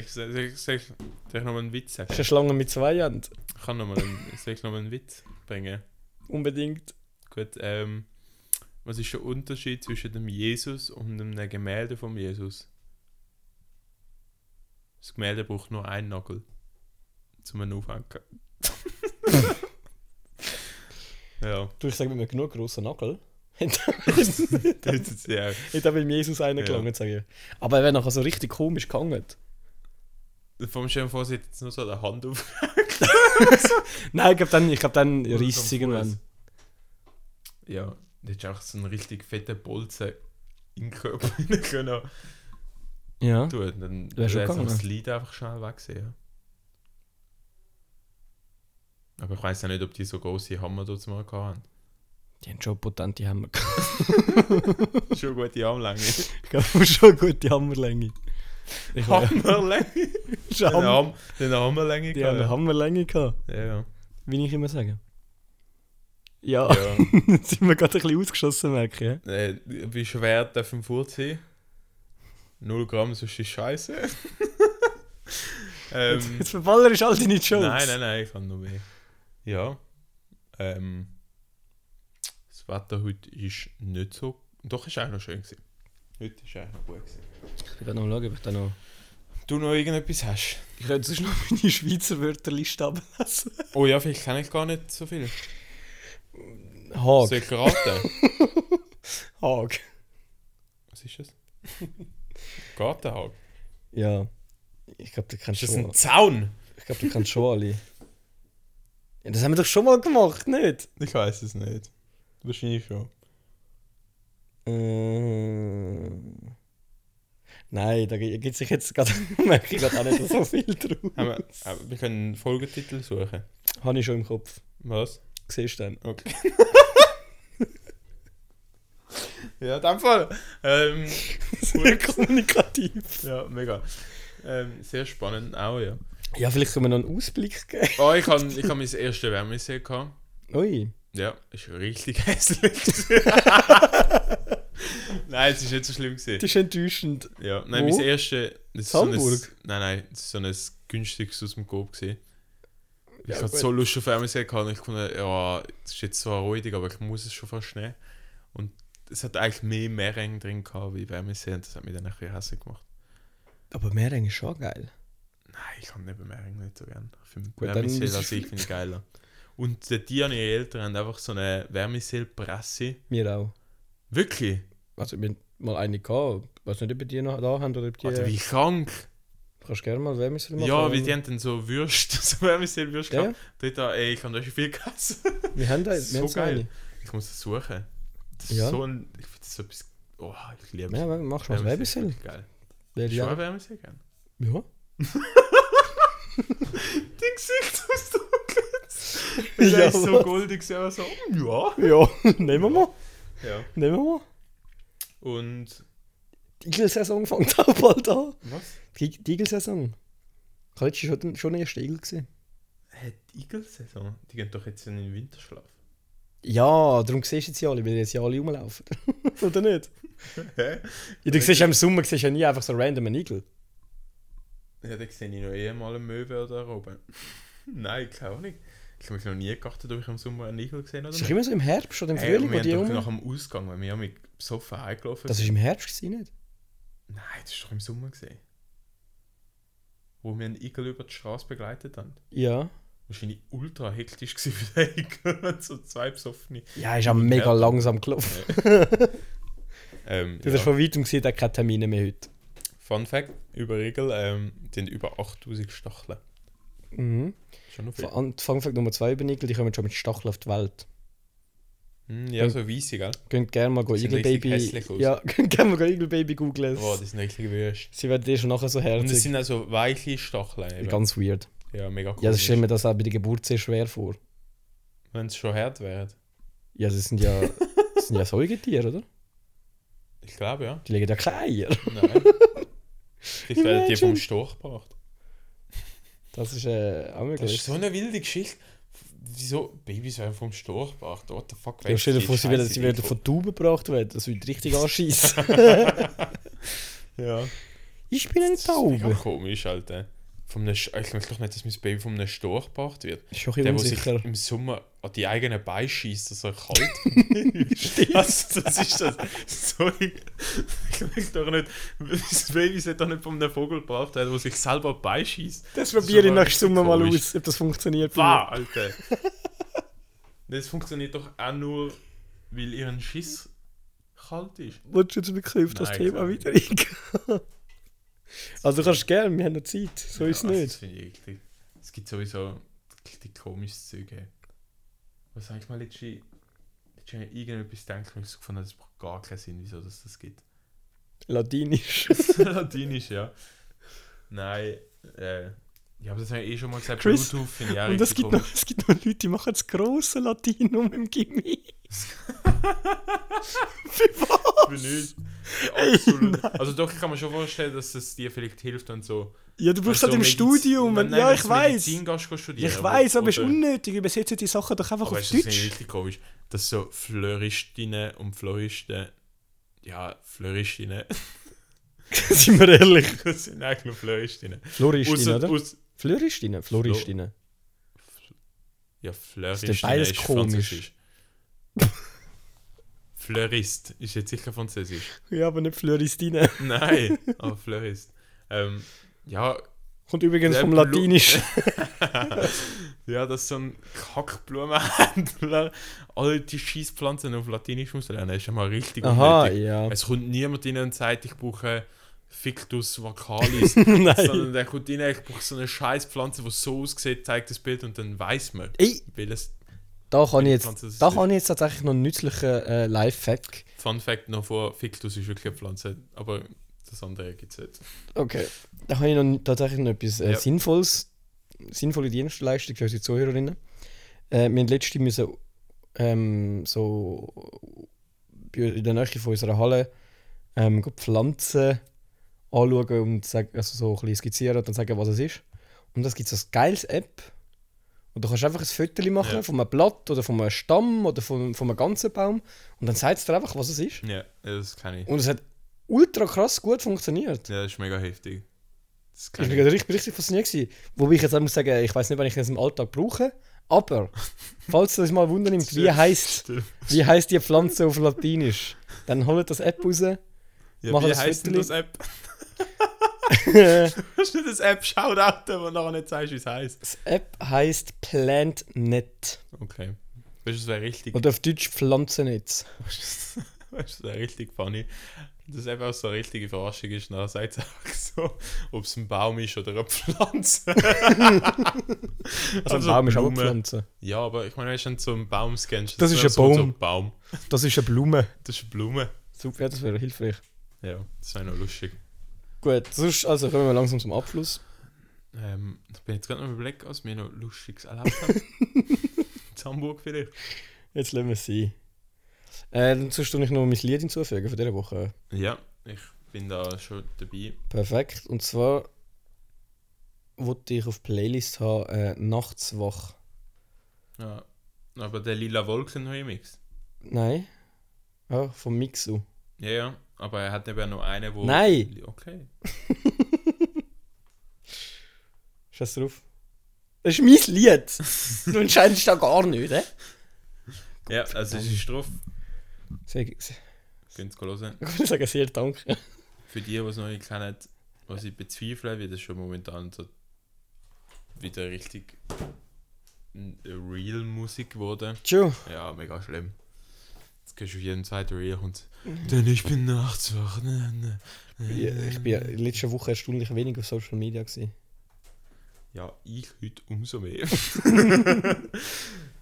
S1: Soll ich, soll äh, ich, soll ich, soll ich nochmal einen Witz sagen?
S2: ist eine Schlange mit zwei Enden.
S1: Ich kann nochmal einen, soll ich noch mal einen Witz bringen.
S2: Unbedingt.
S1: Gut, ähm, was ist der Unterschied zwischen dem Jesus und einem Gemälde vom Jesus? Das Gemälde braucht nur einen Nagel zum ihn aufhängen. ja,
S2: Du, ich sage, wir haben genug grossen Nagel.
S1: das ist sehr.
S2: Hätte auch beim Jesus einen
S1: Ja.
S2: gelangen, sage ich. Aber er wäre nachher so richtig komisch gegangen.
S1: Vom Schirm vor sieht jetzt nur so eine Hand auf.
S2: Nein, ich glaube dann, ich glaub, dann
S1: Oder so
S2: reißt
S1: am
S2: es irgendwann.
S1: Fuß. Ja, das ist auch so ein richtig fetter Bolzen in den Körper rein können.
S2: Ja.
S1: tun. Dann
S2: Wär schon
S1: wäre
S2: gegangen.
S1: das Lied einfach schnell wegsehen. Ja. Aber ich weiß ja nicht, ob die so große Hammer dort mal hatten.
S2: Die haben schon potente Hämmer gehabt.
S1: Schon gute Armlänge.
S2: Ich glaube, schon gute Hammerlänge. Ich glaube,
S1: Hammerlänge?
S2: schon
S1: Den
S2: Hammer,
S1: Ham den Hammerlänge
S2: die haben eine
S1: gehabt.
S2: Hammerlänge gehabt,
S1: Ja, ja.
S2: wie ich immer sage. Ja,
S1: ja.
S2: jetzt sind wir gerade ein bisschen ausgeschossen, merke
S1: äh, wie schwer darf ein Furz sein? 0 Gramm, sonst ist scheiße.
S2: ich.
S1: ähm,
S2: Jetzt, jetzt verballere ich all deine Jokes.
S1: nein, nein, nein, ich habe noch mehr. Ja. Ähm, das Wetter heute ist nicht so. Doch, ist auch noch schön gewesen. Heute ist eigentlich noch gut gewesen.
S2: Ich werde noch schauen, ob ich da noch...
S1: du noch irgendetwas hast.
S2: Ich könnte sonst noch meine Schweizer Wörterliste ablesen.
S1: Oh ja, vielleicht kenne ich gar nicht so viel. Soll
S2: Haag.
S1: ich raten?
S2: Haag.
S1: Was ist das? Gartenhag.
S2: Ja. Ich glaube, du kennst
S1: Ist das
S2: schon
S1: ein Zaun?
S2: Ich glaube, du kennst schon alle. Ja, das haben wir doch schon mal gemacht, nicht?
S1: Ich weiß es nicht. Wahrscheinlich schon.
S2: Äh, nein, da gibt es sich jetzt gerade, merke ich gerade auch nicht so viel drauf.
S1: Aber, aber wir können einen Folgetitel suchen.
S2: Habe ich schon im Kopf.
S1: Was?
S2: Siehst du dann.
S1: Okay. ja, in dem Fall. Ähm,
S2: Sehr kommunikativ.
S1: ja, mega. Ähm, sehr spannend auch, ja.
S2: Ja, vielleicht können wir noch einen Ausblick geben.
S1: Oh, ich habe ich hab mein erstes Wärmesee gehabt.
S2: Ui.
S1: Ja, ist richtig hässlich. nein, es ist nicht so schlimm
S2: Das
S1: gewesen.
S2: ist enttäuschend.
S1: Ja, nein,
S2: Wo?
S1: mein erstes. Das ist So
S2: Hamburg?
S1: ein, nein, nein, das ist so ein günstiges aus dem Coop gesehen.
S2: Ja,
S1: ich hatte
S2: gut.
S1: so Lust auf Amazon gehabt und ich fand, ja, das ist jetzt zwar räudig, aber ich muss es schon fast nehmen. Und es hat eigentlich mehr Mering drin gehabt wie bei Amazon und das hat mich dann ein bisschen hässlich gemacht.
S2: Aber Mering ist schon geil.
S1: Nein, ich kann eben Mering nicht so gern. Ich finde
S2: dann
S1: Vermicelle
S2: ist-
S1: an sich finde ich geiler. Und äh, die und ihre Eltern haben einfach so eine Vermicelle-Presse.
S2: Wir auch.
S1: Wirklich?
S2: Also, wir, mal eine gehabt. Ich weiß nicht, ob ihr die noch da haben oder ob die.
S1: Alter, wie krank!
S2: Kannst gerne mal Wärmesel machen.
S1: Ja, wie die haben dann so Würst, so Wärmesel-Würst
S2: Ja,
S1: gehabt. Da hat er, ey, ich habe da schon viel gegessen.
S2: Wir haben da wir
S1: so
S2: haben so eine.
S1: geil. Ich muss das suchen. Das
S2: Ja.
S1: ist so ein. Ich finde das so etwas. Oh, ich liebe
S2: Ja, wär- machst du mal
S1: Wärmesee,
S2: Wärmesel?
S1: wirklich Geil.
S2: Ja.
S1: Schon mal
S2: Ja.
S1: Wärmesee gern.
S2: ja.
S1: Den Gesichtsausdruck jetzt. Der
S2: Ja,
S1: ist so
S2: was?
S1: goldig, so, so mm, ja.
S2: Ja, nehmen wir mal.
S1: ja.
S2: Nehmen wir mal.
S1: Und.
S2: Die Igel-Saison fängt auch bald an.
S1: Was?
S2: Die die Igel-Saison. Ich habe letztens schon, schon den ersten Igel gesehen.
S1: Hat die Igel-Saison? Die gehen doch jetzt in den Winterschlaf.
S2: Ja, darum siehst du jetzt ja alle, weil jetzt ja alle rumlaufen. Oder nicht?
S1: Hä?
S2: Ja, du siehst ja im Sommer siehst du ja nie einfach so random einen Igel.
S1: Ja, dann sehe ich noch eh mal einen Möwe oder oben. Nein, keine Ahnung. Ich habe mich noch nie geachtet, ob ich im Sommer einen Igel gesehen habe.
S2: Das ist doch immer so im Herbst oder Äh, im
S1: Hey,
S2: Frühling,
S1: und
S2: wo
S1: wir
S2: die
S1: haben doch
S2: rum...
S1: nach dem Ausgang, weil wir haben mit besoffen heimgelaufen
S2: Das
S1: sind.
S2: ist im Herbst gewesen, nicht?
S1: Nein, das ist doch im Sommer gesehen. Wo wir einen Igel über die Straße begleitet haben.
S2: Ja.
S1: Wahrscheinlich ultra hektisch gewesen für den Igel. und so zwei besoffene.
S2: Ja, ist auch mega
S1: Herbst.
S2: langsam gelaufen.
S1: Ähm,
S2: Du
S1: ja.
S2: hast von weitem gesehen, um der hat keine Termine mehr heute.
S1: Fun Fact über Igel, ähm, die haben über 8000 Stacheln.
S2: Mhm.
S1: Schon noch viel.
S2: Fun Fun Fact Nummer 2 über Igel, die kommen schon mit Stacheln auf die Welt.
S1: Hm,
S2: Ähm,
S1: ja, so weisse, gell?
S2: Könnt gerne mal go
S1: Sehen
S2: Eagle
S1: richtig
S2: Baby.
S1: hässlich aus.
S2: Ja, könnt gerne mal go Eagle Baby googlen.
S1: Boah, Oh, das ist richtig wurscht.
S2: Sie werden dir schon nachher so
S1: Und es
S2: herzig.
S1: sind also weiche Stacheln. eben.
S2: Ganz weird.
S1: Ja, mega cool.
S2: Ja, das stelle mir das auch bei der Geburt sehr schwer vor.
S1: Wenn es schon hart wäre.
S2: Ja, das sind ja, das sind ja Säugetiere, oder?
S1: Ich glaube, ja.
S2: Die legen ja keine Eier.
S1: Nein. Vielleicht werden die vom Storch gebracht.
S2: Das ist äh, auch
S1: Das
S2: möglich.
S1: ist so eine wilde Geschichte. Wieso? Babys werden vom Storch gebracht. What the fuck?
S2: ja, stell dir
S1: die
S2: vor, sie werden,
S1: Scheiße
S2: sie werden
S1: Info.
S2: von Tauben gebracht werden. Das würde richtig anschießen.
S1: Ja.
S2: ich bin ein
S1: Das ist mega
S2: Taube.
S1: komisch, Alter. Vom ne Sch- ich möchte doch nicht, dass mein Baby vom einem Storch gebracht wird.
S2: Ist schon ein
S1: Der,
S2: bisschen
S1: der sich
S2: unsicher.
S1: im Sommer an die eigenen Beine schießt, dass er kalt wird. also, das ist das. Sorry. Ich möchte doch nicht. Das Baby sollte doch nicht von einem Vogel gebracht werden, der sich selber an die Beine schießt.
S2: Das
S1: probiere
S2: probiere
S1: ich
S2: ich
S1: aber nächsten
S2: nächstes
S1: Sommer
S2: Sommer
S1: mal
S2: mal
S1: komisch.
S2: aus, ob das funktioniert.
S1: Bah, Alter. das funktioniert doch auch nur, weil ihr Schiss kalt ist.
S2: Wolltest du jetzt wirklich auf das
S1: Nein,
S2: Thema
S1: klar.
S2: weiter eingehen? also du kannst gerne, wir haben noch Zeit. So ist es
S1: also,
S2: nicht.
S1: Das finde ich eklig. Es gibt sowieso die komisches Zeug. ey. Was sag ich mal, letztens letztens habe ich irgendetwas gedacht und ich so gefunden, das macht gar keinen Sinn, wieso das das gibt.
S2: Ladinisch.
S1: Ladinisch, ja. Nein, äh, ich habe das ja eh schon mal gesagt,
S2: Chris,
S1: Bluetooth finde ich auch
S2: Und es
S1: richtig
S2: gibt,
S1: komisch.
S2: noch, es gibt noch Leute, die machen das grosse Latinum im Gimmi.
S1: Ich bin nicht- Absolut. also doch, ich kann mir schon vorstellen, dass es dir vielleicht hilft und so.
S2: Ja, du brauchst
S1: Also
S2: halt im
S1: Mediz-
S2: Studium.
S1: Nein,
S2: Wenn,
S1: nein,
S2: ja,
S1: wenn
S2: ich
S1: du
S2: weiß.
S1: Medizin gehst, gehst studieren,
S2: Ich weiß, aber es ist
S1: oder-
S2: unnötig. Übersetze die Sachen doch einfach
S1: Aber
S2: auf
S1: ist das nicht
S2: Deutsch.
S1: richtig komisch, dass so Fleuristinnen und Fleuristen, ja, Fleuristinnen,
S2: Sind wir ehrlich?
S1: das sind eigentlich nur Fleuristinnen.
S2: Floristine,
S1: Ausser-
S2: oder?
S1: aus-
S2: Floristine? Floristine.
S1: Ja,
S2: Ist denn
S1: Fleuristinnen
S2: beides
S1: ist
S2: komisch?
S1: französisch. Fleurist ist jetzt sicher französisch.
S2: Ja, aber nicht Floristine.
S1: Nein, aber Fleurist. Ähm, ja,
S2: Kommt übrigens
S1: Der
S2: vom
S1: Blu-
S2: Latinisch.
S1: ja, dass so ein Kackblumenhändler alle die Schießpflanzen auf Latinisch muss lernen, ist schon mal richtig
S2: Aha,
S1: unnötig.
S2: ja.
S1: Es kommt niemand rein und sagt, ich brauche Fictus Vacalis,
S2: Nein.
S1: sondern der kommt rein, ich brauche so eine scheiß Pflanze, die so aussieht, zeigt das Bild und dann weiß man,
S2: Ey,
S1: welches
S2: da kann ich
S1: Pflanze
S2: jetzt,
S1: ist
S2: da
S1: es
S2: kann ich jetzt tatsächlich noch einen nützlichen äh, Lifehack.
S1: Fun Fact noch vor, Fictus ist wirklich eine Pflanze, aber das andere gibt es nicht.
S2: Okay. Da habe ich noch tatsächlich noch etwas äh,
S1: Ja.
S2: Sinnvolles, sinnvolle Dienstleistung für unsere Zuhörerinnen. Äh, wir haben letztens müssen, ähm, so bei- in der Nähe von unserer Halle ähm, gut Pflanzen anschauen und sagen, also so ein bisschen skizzieren und dann sagen, was es ist. Und das gibt so ein geiles App. Und du kannst einfach ein Foto machen
S1: Ja.
S2: von einem Blatt oder von einem Stamm oder von, von einem ganzen Baum und dann sagt es dir einfach, was es ist.
S1: Ja, das kann ich.
S2: Und es hat ultra krass gut funktioniert.
S1: Ja, das ist mega heftig. Das
S2: Ich
S1: kann
S2: bin
S1: ich.
S2: gerade richtig, richtig fasziniert. Gewesen. Wobei ich jetzt auch muss sagen, ich weiß nicht, wann ich das im Alltag brauche. Aber, falls das mal Wunder nimmt, wie heißt
S1: Stimmt.
S2: wie heißt die Pflanze auf Latinisch? Dann holt das App raus.
S1: Ja,
S2: Machen
S1: wie
S2: das
S1: heißt denn
S2: Viertel-
S1: das App? Hast du das App Shoutout, wo du nachher nicht sagst, wie es heißt?
S2: Das App heißt PlantNet.
S1: Okay. Weißt du, das wäre richtig,
S2: Oder auf Deutsch Pflanzennetz.
S1: weißt du, das wäre richtig funny, Das einfach so eine richtige Verarschung ist, dann sagt es einfach so, ob es ein Baum ist oder eine Pflanze.
S2: Also,
S1: Also
S2: ein Baum ist auch eine
S1: Blume.
S2: Pflanze.
S1: ja, aber ich meine, wenn du schon so einen Baum scannst,
S2: Das
S1: wäre
S2: ist ein
S1: so und so
S2: Baum.
S1: Baum.
S2: Das ist eine Blume.
S1: Das ist eine Blume.
S2: Super, das wäre hilfreich.
S1: Ja, das wäre noch lustig.
S2: Gut, sonst, also kommen wir langsam zum Abschluss.
S1: Ähm, ich bin jetzt gerade noch überlegt, was mir noch Lustiges erlebt hat. In Hamburg vielleicht.
S2: Jetzt lassen wir es sein. Äh, dann sonst tue ich noch mein Lied hinzufügen von dieser Woche.
S1: Ja, ich bin da schon dabei.
S2: Perfekt. Und zwar wollte ich auf Playlist haben äh, Nachtswach.
S1: Ja. Aber der lila Wolken-Remix.
S2: Nein. Ja, vom Mixu.
S1: Ja, ja. Aber er hat eben noch eine, wo.
S2: Nein!
S1: Okay.
S2: Ist das drauf? Das ist mein Lied! du entscheidest da gar nicht, hä?
S1: Ja, also es ist drauf.
S2: Sehr, sehr,
S1: Könnt ihr hören.
S2: ich würde sagen, sehr danke.
S1: Für die, die es noch nicht kennen, was ich bezweifle, wird es schon momentan so wieder richtig n- real Musik geworden.
S2: Tschu.
S1: Ja, mega schlimm. Jetzt gehst du jeden zweiten Real und denn ich bin nachts wach. ne, ne, ne,
S2: Ich,
S1: ne,
S2: ich
S1: ne.
S2: bin letzte Woche erstaunlich wenig auf Social Media. Gewesen.
S1: Ja, ich heute umso mehr.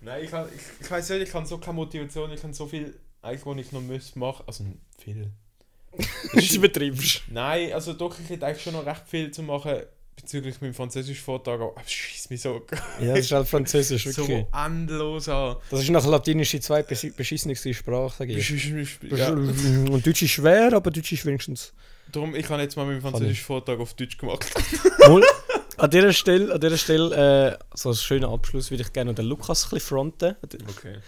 S1: Nein, ich, hab- ich, ich weiß nicht, ich habe so keine Motivation, ich habe so viel, eigentlich, was ich noch müsste machen. Also viel.
S2: Das übertreibst.
S1: Nein, also doch, ich hätte eigentlich schon noch recht viel zu machen bezüglich meinem französischen Vortrag, aber es schießt mich so,
S2: Ja, das ist halt Französisch, wirklich.
S1: so endlos an.
S2: Das ist nach Latinisch die zweit beschissenste Sprache, sage ich.
S1: Ja.
S2: Und Deutsch ist schwer, aber Deutsch ist wenigstens.
S1: Darum, ich habe jetzt mal meinen französischen Vortrag auf Deutsch gemacht.
S2: Wohl, an dieser Stelle, an dieser Stelle äh, so als schönen Abschluss würde ich gerne noch den Lukas ein bisschen fronten.
S1: Okay.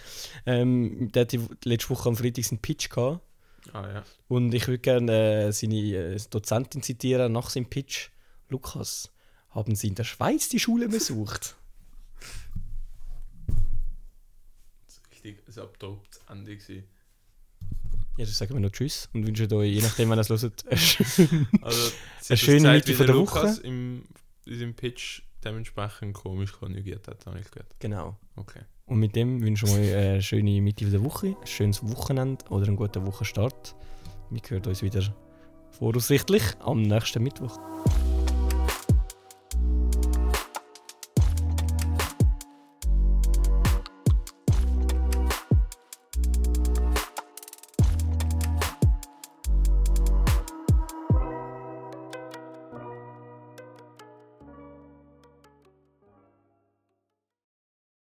S2: Ähm, der hatte letzte Woche am Freitag seinen Pitch gehabt.
S1: Ah ja.
S2: Und ich würde gerne äh, seine äh, Dozentin zitieren nach seinem Pitch. Lukas, haben Sie in der Schweiz die Schule besucht?
S1: Das ist richtig ein abruptes Ende. gewesen.
S2: Ja, dann sagen wir noch Tschüss und wünschen euch, je nachdem, wenn ihr es hört, äh,
S1: Also,
S2: Eine schöne Mitte
S1: wie
S2: von der
S1: Lukas
S2: Woche.
S1: im, in seinem Pitch dementsprechend komisch konjugiert hat, habe ich gehört.
S2: Genau.
S1: Okay.
S2: Und mit dem wünschen wir euch eine schöne Mitte der Woche, ein schönes Wochenende oder einen guten Wochenstart. Wir hören uns wieder voraussichtlich am nächsten Mittwoch.